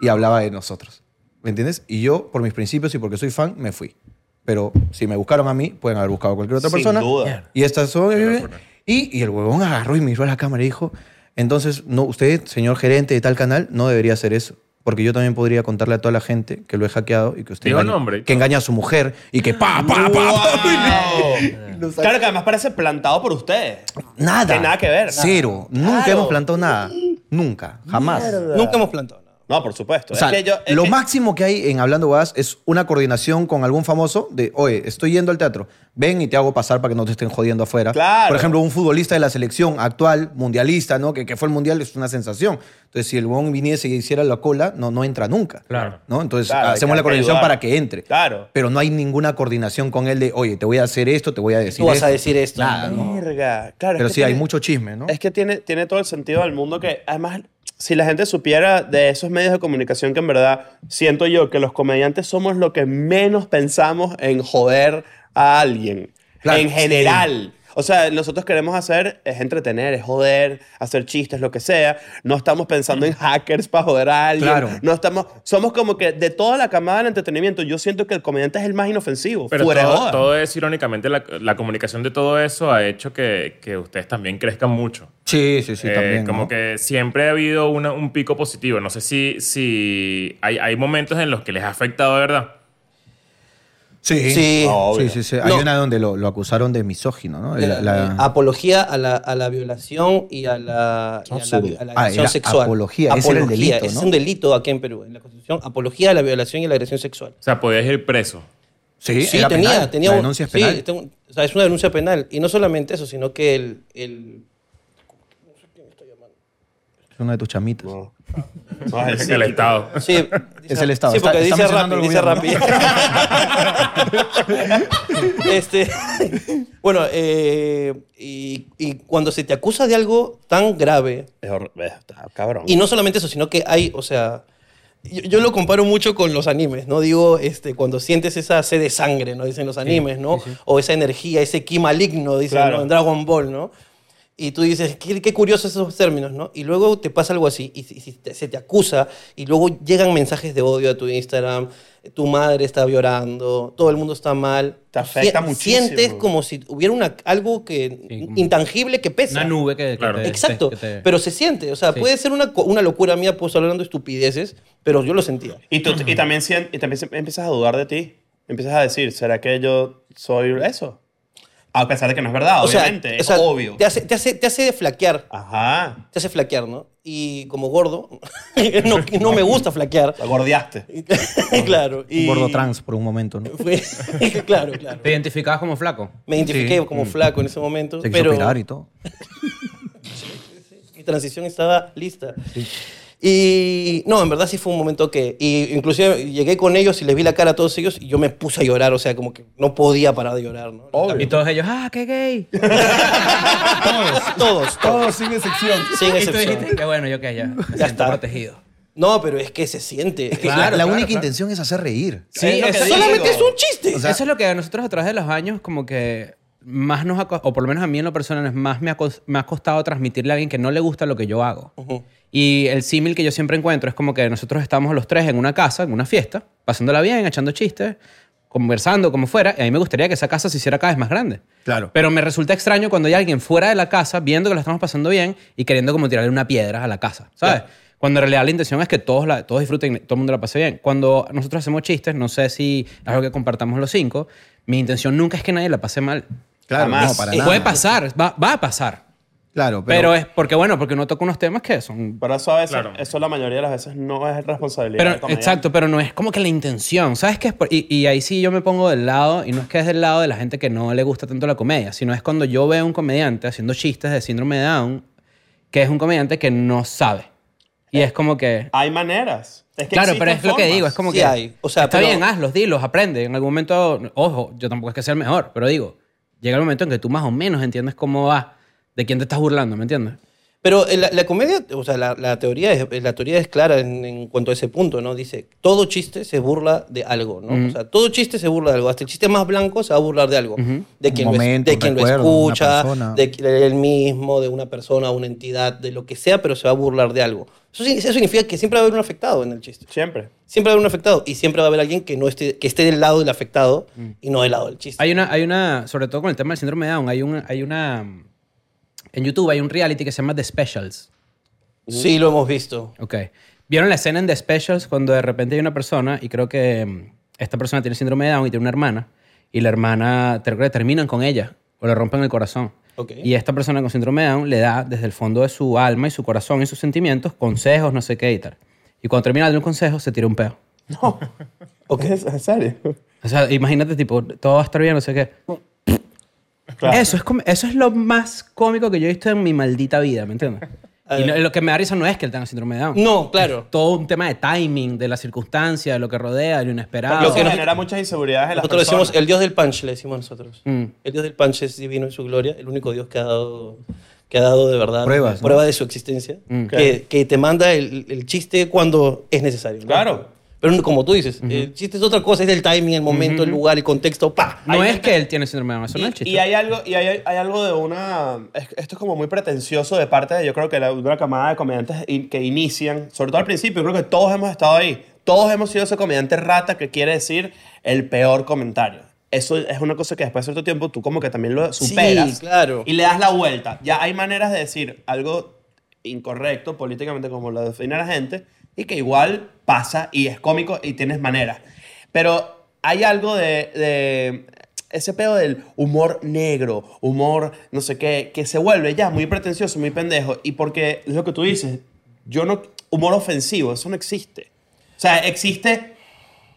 [SPEAKER 2] Y hablaba de nosotros, ¿me entiendes? Y yo, por mis principios y porque soy fan, me fui. Pero si me buscaron a mí, pueden haber buscado a cualquier otra
[SPEAKER 6] Sin
[SPEAKER 2] persona.
[SPEAKER 6] duda.
[SPEAKER 2] Y estas son... eh, Y, y el huevón agarró y miró a la cámara y dijo, entonces, no, usted, señor gerente de tal canal, no debería hacer eso. Porque yo también podría contarle a toda la gente que lo he hackeado y que usted
[SPEAKER 1] Digo
[SPEAKER 2] engaña-
[SPEAKER 1] nombre.
[SPEAKER 2] que engaña a su mujer y que pa, pa, pa, pa.
[SPEAKER 6] ¡Wow! claro que además parece plantado por ustedes.
[SPEAKER 2] Nada.
[SPEAKER 6] Que nada que ver.
[SPEAKER 2] Cero. Nunca
[SPEAKER 6] Claro.
[SPEAKER 2] hemos plantado nada. Nunca. Jamás.
[SPEAKER 3] Nunca hemos plantado nada.
[SPEAKER 6] No, por supuesto.
[SPEAKER 2] O sea,
[SPEAKER 6] es que yo, es
[SPEAKER 2] lo
[SPEAKER 6] que-
[SPEAKER 2] máximo que hay en Hablando Guas es una coordinación con algún famoso de, oye, estoy yendo al teatro, ven y te hago pasar para que no te estén jodiendo afuera.
[SPEAKER 6] Claro.
[SPEAKER 2] Por ejemplo, un futbolista de la selección actual, mundialista, ¿no? Que, que fue el mundial, es una sensación. Entonces, si el huevón viniese y hiciera la cola, no, no entra nunca.
[SPEAKER 7] Claro.
[SPEAKER 2] ¿no? Entonces,
[SPEAKER 6] Claro, hay que-
[SPEAKER 2] hacemos
[SPEAKER 6] hay que
[SPEAKER 2] la coordinación
[SPEAKER 6] ayudar.
[SPEAKER 2] para que entre.
[SPEAKER 6] Claro.
[SPEAKER 2] Pero no hay ninguna coordinación con él de, oye, te voy a hacer esto, te voy a decir
[SPEAKER 3] Tú vas
[SPEAKER 2] esto".
[SPEAKER 3] a decir esto.
[SPEAKER 2] Nada,
[SPEAKER 3] ¿no?
[SPEAKER 2] ¿no?
[SPEAKER 6] Verga, Claro, es
[SPEAKER 2] Pero
[SPEAKER 6] que
[SPEAKER 2] sí, hay
[SPEAKER 6] tiene-
[SPEAKER 2] mucho chisme, ¿no?
[SPEAKER 6] Es que tiene, tiene todo el sentido del mundo que, además, si la gente supiera de esos medios de comunicación que en verdad siento yo que los comediantes somos lo que menos pensamos en joder a alguien.
[SPEAKER 2] Claro,
[SPEAKER 6] en
[SPEAKER 2] sí.
[SPEAKER 6] general. O sea, nosotros queremos hacer, es entretener, es joder, hacer chistes, lo que sea. No estamos pensando en hackers para joder a alguien.
[SPEAKER 2] Claro.
[SPEAKER 6] No estamos, somos como que de toda la camada del entretenimiento, yo siento que el comediante es el más inofensivo.
[SPEAKER 1] Pero
[SPEAKER 6] fuera de
[SPEAKER 1] todo,
[SPEAKER 6] joda.
[SPEAKER 1] todo es, irónicamente, la, la comunicación de todo eso ha hecho que, que ustedes también crezcan mucho.
[SPEAKER 2] Sí, sí, sí,
[SPEAKER 1] Eh,
[SPEAKER 2] también.
[SPEAKER 1] como
[SPEAKER 2] ¿no?
[SPEAKER 1] que siempre ha habido una- un pico positivo. No sé si, si hay, hay momentos en los que les ha afectado de verdad.
[SPEAKER 2] Sí,
[SPEAKER 3] Sí.
[SPEAKER 2] Sí, sí, sí. Hay
[SPEAKER 3] No.
[SPEAKER 2] una donde lo, lo acusaron de misógino, ¿no?
[SPEAKER 3] de
[SPEAKER 2] La-
[SPEAKER 3] la-
[SPEAKER 2] la-
[SPEAKER 3] eh, apología a la, a la violación y a la, y a la, a la
[SPEAKER 2] Ah,
[SPEAKER 3] agresión
[SPEAKER 2] era
[SPEAKER 3] sexual.
[SPEAKER 2] apología, ese era el delito,
[SPEAKER 3] es
[SPEAKER 2] ¿no?
[SPEAKER 3] un delito aquí en Perú, en la Constitución, apología a la violación y a la agresión sexual.
[SPEAKER 1] O sea, podías ir preso.
[SPEAKER 2] Sí,
[SPEAKER 3] Sí,
[SPEAKER 2] era
[SPEAKER 3] tenía,
[SPEAKER 2] penal.
[SPEAKER 3] tenía
[SPEAKER 2] La
[SPEAKER 3] un-
[SPEAKER 2] denuncia es
[SPEAKER 3] sí,
[SPEAKER 2] penal.
[SPEAKER 3] tengo- o sea, es una denuncia penal. Y no solamente eso, sino que el, el-
[SPEAKER 2] Es una de tus chamitas.
[SPEAKER 6] No, es
[SPEAKER 1] El
[SPEAKER 6] el-
[SPEAKER 1] Estado.
[SPEAKER 3] sí,
[SPEAKER 2] Es el Estado.
[SPEAKER 3] Sí, porque
[SPEAKER 2] Está-
[SPEAKER 3] dice
[SPEAKER 2] está
[SPEAKER 3] rápido, dice
[SPEAKER 2] mencionando el
[SPEAKER 3] rápido. este, bueno, eh, y, y cuando se te acusa de algo tan grave,
[SPEAKER 6] es hor- eh, está cabrón.
[SPEAKER 3] Y no solamente eso, sino que hay, o sea, yo, yo lo comparo mucho con los animes, ¿no? Digo, este, cuando sientes esa sed de sangre, ¿no? Dicen los animes, ¿no? O esa energía, ese ki maligno, dicen
[SPEAKER 6] Claro.
[SPEAKER 3] ¿no? en Dragon Ball, ¿no? y tú dices, qué, qué curiosos esos términos, ¿no? Y luego te pasa algo así y, si- si te- se te acusa y luego llegan mensajes de odio a tu Instagram, tu madre está llorando, todo el mundo está mal.
[SPEAKER 6] Te afecta
[SPEAKER 3] Sie-
[SPEAKER 6] muchísimo.
[SPEAKER 3] Sientes como si hubiera una, algo que,
[SPEAKER 7] Sí, como-
[SPEAKER 3] intangible que pesa.
[SPEAKER 7] Una nube que, que
[SPEAKER 1] Claro.
[SPEAKER 7] te-
[SPEAKER 3] Exacto,
[SPEAKER 7] que te-
[SPEAKER 3] pero se siente, o sea,
[SPEAKER 7] Sí.
[SPEAKER 3] puede ser una, co- una locura mía, pues hablando estupideces, pero yo lo sentía.
[SPEAKER 6] Y, tú- y también, sien- y también se- empiezas a dudar de ti. Empiezas a decir, ¿será que yo soy eso? A pesar de que no es verdad, Ah, obviamente. es
[SPEAKER 3] o sea,
[SPEAKER 6] obvio.
[SPEAKER 3] Te hace, te, hace, te hace flaquear,
[SPEAKER 6] Ajá.
[SPEAKER 3] te hace flaquear, ¿no? Y como gordo, no, no me gusta flaquear.
[SPEAKER 6] La gordeaste.
[SPEAKER 3] claro. Y
[SPEAKER 2] Gordo trans por un momento, ¿no?
[SPEAKER 3] Fue- claro, claro.
[SPEAKER 7] ¿Te identificabas como flaco?
[SPEAKER 3] Me identifiqué como flaco en ese momento,
[SPEAKER 2] Se quiso
[SPEAKER 3] pero
[SPEAKER 2] operar y todo.
[SPEAKER 3] mi transición estaba lista. Y no, en verdad sí fue un momento que... Y inclusive llegué con ellos y les vi la cara a todos ellos y yo me puse a llorar, o sea, como que no podía parar de llorar, ¿no?
[SPEAKER 7] Y todos ellos, ¡ah, qué gay!
[SPEAKER 3] Todos, todos, todos,
[SPEAKER 4] Todo sin excepción.
[SPEAKER 3] sin
[SPEAKER 7] Y tú
[SPEAKER 3] excepción.
[SPEAKER 7] dijiste, qué bueno, yo que ya, me
[SPEAKER 3] Ya
[SPEAKER 7] siento
[SPEAKER 3] está.
[SPEAKER 7] protegido.
[SPEAKER 3] No, pero es que se siente.
[SPEAKER 7] Claro,
[SPEAKER 2] la la
[SPEAKER 7] claro,
[SPEAKER 2] única
[SPEAKER 7] claro.
[SPEAKER 2] intención es hacer reír.
[SPEAKER 7] Sí,
[SPEAKER 6] Es lo que
[SPEAKER 7] eso-
[SPEAKER 6] digo.
[SPEAKER 3] Solamente es un chiste.
[SPEAKER 7] O sea, eso es lo que a nosotros a través de los años como que más nos ha co- o por lo menos a mí en lo personal es más me ha, cos- me ha costado transmitirle a alguien que no le gusta lo que yo hago. Y el símil que yo siempre encuentro es como que nosotros estamos los tres en una casa, en una fiesta, pasándola bien, echando chistes, conversando como fuera, y a mí me gustaría que esa casa se hiciera cada vez más grande.
[SPEAKER 2] Claro.
[SPEAKER 7] Pero me resulta extraño cuando hay alguien fuera de la casa viendo que la estamos pasando bien y queriendo como tirarle una piedra a la casa, ¿sabes? Cuando en realidad la intención es que todos, la, todos disfruten, todo el mundo la pase bien. Cuando nosotros hacemos chistes, no sé si es algo que compartamos los cinco, mi intención nunca es que nadie la pase mal.
[SPEAKER 2] Claro,
[SPEAKER 6] Jamás.
[SPEAKER 2] no, para
[SPEAKER 6] Eh,
[SPEAKER 2] nada.
[SPEAKER 7] Puede pasar, va, va a pasar.
[SPEAKER 2] Claro,
[SPEAKER 7] Pero,
[SPEAKER 2] pero,
[SPEAKER 7] es porque, bueno, porque uno toca unos temas que son...
[SPEAKER 6] Pero eso a veces,
[SPEAKER 1] Claro.
[SPEAKER 6] eso la mayoría de las veces no es responsabilidad.
[SPEAKER 7] Pero,
[SPEAKER 6] del comediante.
[SPEAKER 7] exacto, pero no es como que la intención. ¿Sabes qué? es por- Y, y ahí sí yo me pongo del lado, y no es que es del lado de la gente que no le gusta tanto la comedia, sino es cuando yo veo a un comediante haciendo chistes de síndrome de Down, que es un comediante que no sabe. Y es como que...
[SPEAKER 3] Ah,
[SPEAKER 6] Hay maneras. Es que
[SPEAKER 7] Claro,
[SPEAKER 6] existen
[SPEAKER 7] pero es lo que
[SPEAKER 6] formas.
[SPEAKER 7] digo, es como
[SPEAKER 3] Sí
[SPEAKER 7] que...
[SPEAKER 3] hay, o sea,
[SPEAKER 7] está
[SPEAKER 3] pero-
[SPEAKER 7] bien, hazlos, dilos, aprende. En algún momento, ojo, yo tampoco es que sea el mejor, pero digo, llega el momento en que tú más o menos entiendes cómo va, de quién te estás burlando, ¿me entiendes?
[SPEAKER 3] Pero eh, la, la comedia, o sea, la, la teoría, es, la teoría es clara en, en cuanto a ese punto, ¿no? Dice, todo chiste se burla de algo, ¿no? O sea, todo chiste se burla de algo. Hasta el chiste más blanco se va a burlar de algo. De
[SPEAKER 2] Un
[SPEAKER 3] quien, lo es-
[SPEAKER 2] momento,
[SPEAKER 3] de
[SPEAKER 2] un
[SPEAKER 3] quien lo
[SPEAKER 2] recuerdo, una
[SPEAKER 3] escucha,
[SPEAKER 2] persona.
[SPEAKER 3] de, qui- de él mismo, de una persona, una entidad, de lo que sea, pero se va a burlar de algo. Eso, sí- eso significa que siempre va a haber un afectado en el chiste.
[SPEAKER 6] Siempre.
[SPEAKER 3] Siempre va a haber un afectado y siempre va a haber alguien que, no esté, que esté del lado del afectado y no del lado del chiste.
[SPEAKER 7] Hay una, hay una, sobre todo con el tema del síndrome de Down, hay una, hay una, en YouTube hay un reality que se llama The Specials,
[SPEAKER 3] Sí, lo hemos visto.
[SPEAKER 7] ok. ¿Vieron la escena en The Specials cuando de repente hay una persona y creo que mm, esta persona tiene síndrome de Down y tiene una hermana y la hermana, creo que terminan con ella o le rompen el corazón?
[SPEAKER 3] Ok.
[SPEAKER 7] Y esta persona con síndrome de Down le da desde el fondo de su alma y su corazón y sus sentimientos consejos, no sé qué y tal. Y cuando termina de un consejo se tira un peo.
[SPEAKER 6] ¿Es, ¿En serio?
[SPEAKER 7] O sea, imagínate, tipo, todo va a estar bien, no sé qué.
[SPEAKER 6] Claro.
[SPEAKER 7] Eso, es com- eso es lo más cómico que yo he visto en mi maldita vida, ¿me entiendes?
[SPEAKER 6] Eh.
[SPEAKER 7] y no- lo que me da risa no es que él tenga síndrome de Down.
[SPEAKER 3] No, claro.
[SPEAKER 7] Todo un tema de timing, de la circunstancia, de lo que rodea, de lo inesperado.
[SPEAKER 6] Lo que
[SPEAKER 3] nos-
[SPEAKER 6] genera muchas inseguridades en las
[SPEAKER 3] Nosotros
[SPEAKER 6] personas.
[SPEAKER 3] decimos el Dios del punch, le decimos nosotros.
[SPEAKER 7] Mm.
[SPEAKER 3] El Dios del punch es divino en su gloria, el único Dios que ha dado, que ha dado de verdad
[SPEAKER 2] Pruebas, ¿no?
[SPEAKER 3] prueba de su existencia,
[SPEAKER 7] Mm.
[SPEAKER 3] que, que te manda el, el chiste cuando es necesario. ¿no?
[SPEAKER 6] Claro.
[SPEAKER 3] Pero como tú dices, el chiste es otra cosa, es el timing, el momento, el lugar, el contexto, ¡pa!
[SPEAKER 7] No es que él tiene síndrome de Down, eso no es
[SPEAKER 6] Y,
[SPEAKER 7] chiste.
[SPEAKER 6] y hay algo, y hay, hay algo de una... es- Esto es como muy pretencioso de parte de, yo creo que la, de una camada de comediantes in- que inician, sobre todo al principio, yo creo que todos hemos estado ahí. Todos hemos sido ese comediante rata que quiere decir el peor comentario. Eso es una cosa que después de cierto tiempo tú como que también lo superas.
[SPEAKER 3] claro.
[SPEAKER 6] Y le das la vuelta. Ya hay maneras de decir algo incorrecto políticamente como lo define la gente y que igual pasa y es cómico y tienes maneras. Pero hay algo de, de ese pedo del humor negro, humor no sé qué, que se vuelve ya muy pretencioso, muy pendejo. Y porque es lo que tú dices, yo no, humor ofensivo, eso no existe. O sea, existe...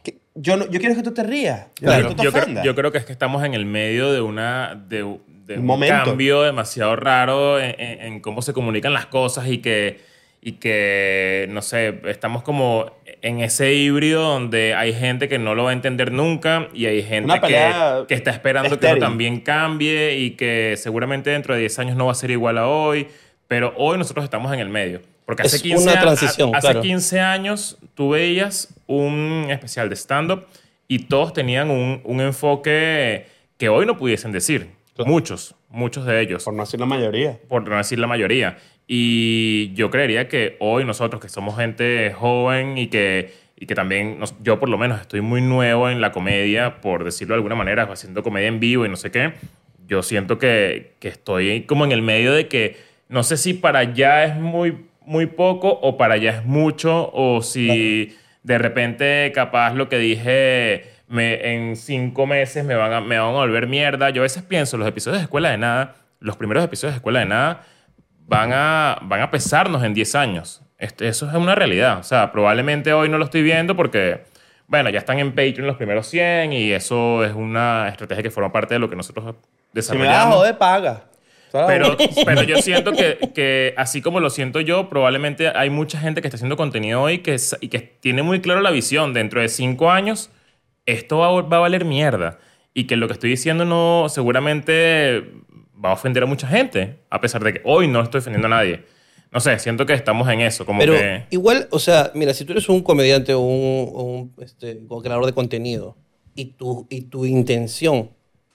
[SPEAKER 6] que- Yo, no- yo quiero que tú te rías. Yo
[SPEAKER 1] Yo,
[SPEAKER 6] quiero que tú te
[SPEAKER 1] yo creo,
[SPEAKER 6] ofendas.
[SPEAKER 1] yo creo que es que estamos en el medio de una de, de un
[SPEAKER 6] Momento.
[SPEAKER 1] cambio demasiado raro en, en- en cómo se comunican las cosas y que y que no sé estamos como en ese híbrido donde hay gente que no lo va a entender nunca y hay gente
[SPEAKER 6] Una
[SPEAKER 1] que,
[SPEAKER 6] pelea
[SPEAKER 1] que está esperando que
[SPEAKER 6] estéril.
[SPEAKER 1] eso también cambie y que seguramente dentro de 10 años no va a ser igual a hoy pero hoy nosotros estamos en el medio porque hace
[SPEAKER 3] Es
[SPEAKER 1] 15
[SPEAKER 3] una
[SPEAKER 1] a-
[SPEAKER 3] transición,
[SPEAKER 1] hace
[SPEAKER 3] claro.
[SPEAKER 1] 15 años tú veías un especial de stand-up y todos tenían un, un enfoque que hoy no pudiesen decir. Muchos, muchos de ellos.
[SPEAKER 6] Por no decir la mayoría.
[SPEAKER 1] por no decir la mayoría. Y yo creería que hoy nosotros que somos gente joven y que, y que también, nos- yo por lo menos estoy muy nuevo en la comedia, por decirlo de alguna manera, haciendo comedia en vivo y no sé qué, yo siento que, que estoy como en el medio de que no sé si para allá es muy, muy poco o para allá es mucho o si de repente capaz lo que dije... me- en cinco meses me van, a, me van a volver mierda. Yo a veces pienso, los episodios de Escuela de Nada, los primeros episodios de Escuela de Nada, van a, van a pesarnos en 10 años. Este, eso es una realidad. O sea, probablemente hoy no lo estoy viendo porque, bueno, ya están en Patreon los primeros 100 y eso es una estrategia que forma parte de lo que nosotros
[SPEAKER 6] Si me vas a
[SPEAKER 1] desarrollamos.
[SPEAKER 6] joder, paga.
[SPEAKER 3] Ah,
[SPEAKER 6] ¿Sabes?
[SPEAKER 1] pero, pero yo siento que, que así como lo siento yo, probablemente hay mucha gente que está haciendo contenido hoy que, sa- y que tiene muy claro la visión. Dentro de cinco años, esto va, a- va a valer mierda. Y que lo que estoy diciendo no seguramente va a ofender a mucha gente, a pesar de que hoy no estoy ofendiendo a nadie. No sé, siento que estamos en eso, como
[SPEAKER 3] Pero
[SPEAKER 1] que...
[SPEAKER 3] igual, o sea, mira, si tú eres un comediante o un, o un, este, o creador de contenido y tu, y tu intención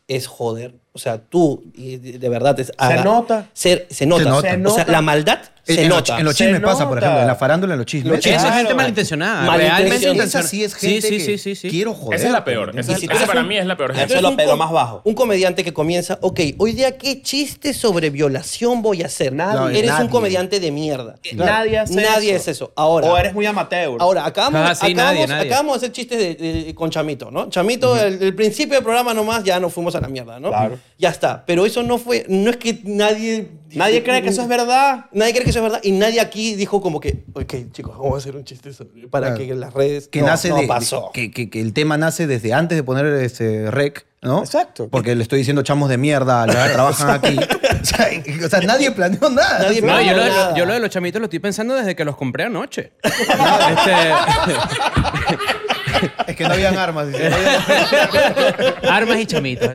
[SPEAKER 3] es joder, o sea, tú y de de verdad es... haga-
[SPEAKER 6] nota.
[SPEAKER 3] ser- se nota.
[SPEAKER 2] nota.
[SPEAKER 3] O sea, la maldad
[SPEAKER 2] En-
[SPEAKER 3] se
[SPEAKER 2] en, los-
[SPEAKER 3] nota.
[SPEAKER 2] en los
[SPEAKER 6] se
[SPEAKER 2] chismes pasa, por
[SPEAKER 6] nota.
[SPEAKER 2] ejemplo. En la farándula, en los chismes.
[SPEAKER 3] Los
[SPEAKER 7] Eso es
[SPEAKER 3] chismes.
[SPEAKER 2] Esa-
[SPEAKER 7] gente
[SPEAKER 6] Claro.
[SPEAKER 7] malintencionada.
[SPEAKER 3] Malintencionada.
[SPEAKER 7] Realmente
[SPEAKER 3] Esa-
[SPEAKER 2] Esa
[SPEAKER 7] intencionada.
[SPEAKER 2] sí es
[SPEAKER 7] Sí,
[SPEAKER 2] gente
[SPEAKER 7] sí,
[SPEAKER 2] que
[SPEAKER 7] sí, sí, sí.
[SPEAKER 2] quiero joder.
[SPEAKER 1] Esa es la peor.
[SPEAKER 2] ¿me
[SPEAKER 1] Esa,
[SPEAKER 3] si
[SPEAKER 2] entiendes?
[SPEAKER 3] tú eres
[SPEAKER 1] esa para
[SPEAKER 3] un-
[SPEAKER 1] mí es la peor.
[SPEAKER 3] Ah,
[SPEAKER 1] ejemplo.
[SPEAKER 6] Eso es lo
[SPEAKER 3] un
[SPEAKER 6] pe-
[SPEAKER 3] co-
[SPEAKER 6] lo más bajo.
[SPEAKER 3] Un comediante que comienza, ok, hoy día, ¿qué chiste sobre violación voy a hacer?
[SPEAKER 6] Nadie.
[SPEAKER 2] No,
[SPEAKER 3] Eres un
[SPEAKER 2] nadie.
[SPEAKER 3] comediante de mierda.
[SPEAKER 6] Nadie hace
[SPEAKER 3] Nadie
[SPEAKER 6] eso.
[SPEAKER 3] es eso. Ahora.
[SPEAKER 6] O eres muy amateur.
[SPEAKER 3] Ahora, acabamos,
[SPEAKER 7] Ah, sí,
[SPEAKER 3] acabamos,
[SPEAKER 7] nadie, nadie.
[SPEAKER 3] acabamos de hacer chistes de- de- con Chamito, ¿no? Chamito, el, el principio del programa nomás, ya nos fuimos a la mierda, ¿no?
[SPEAKER 6] Claro.
[SPEAKER 3] Ya está. Pero eso no fue, no es que nadie...
[SPEAKER 6] Nadie cree que eso es verdad.
[SPEAKER 3] Nadie cree que eso es verdad y nadie aquí dijo como que, ok, chicos, vamos a hacer un chiste sobre- para
[SPEAKER 2] Claro.
[SPEAKER 3] que las redes...
[SPEAKER 2] que
[SPEAKER 3] no,
[SPEAKER 2] nace
[SPEAKER 3] no
[SPEAKER 2] de,
[SPEAKER 3] pasó.
[SPEAKER 2] Que, que- que el tema nace desde antes de poner ese rec, ¿no?
[SPEAKER 6] Exacto.
[SPEAKER 2] Porque le estoy diciendo chamos de mierda a los que trabajan aquí. O sea, o sea, nadie planeó nada.
[SPEAKER 3] Nadie-
[SPEAKER 7] No, yo, lo de,
[SPEAKER 3] nada.
[SPEAKER 7] yo lo de los chamitos lo estoy pensando desde que los compré anoche. Este,
[SPEAKER 2] Es que no habían armas. dice. No habían-
[SPEAKER 7] armas y chamitos.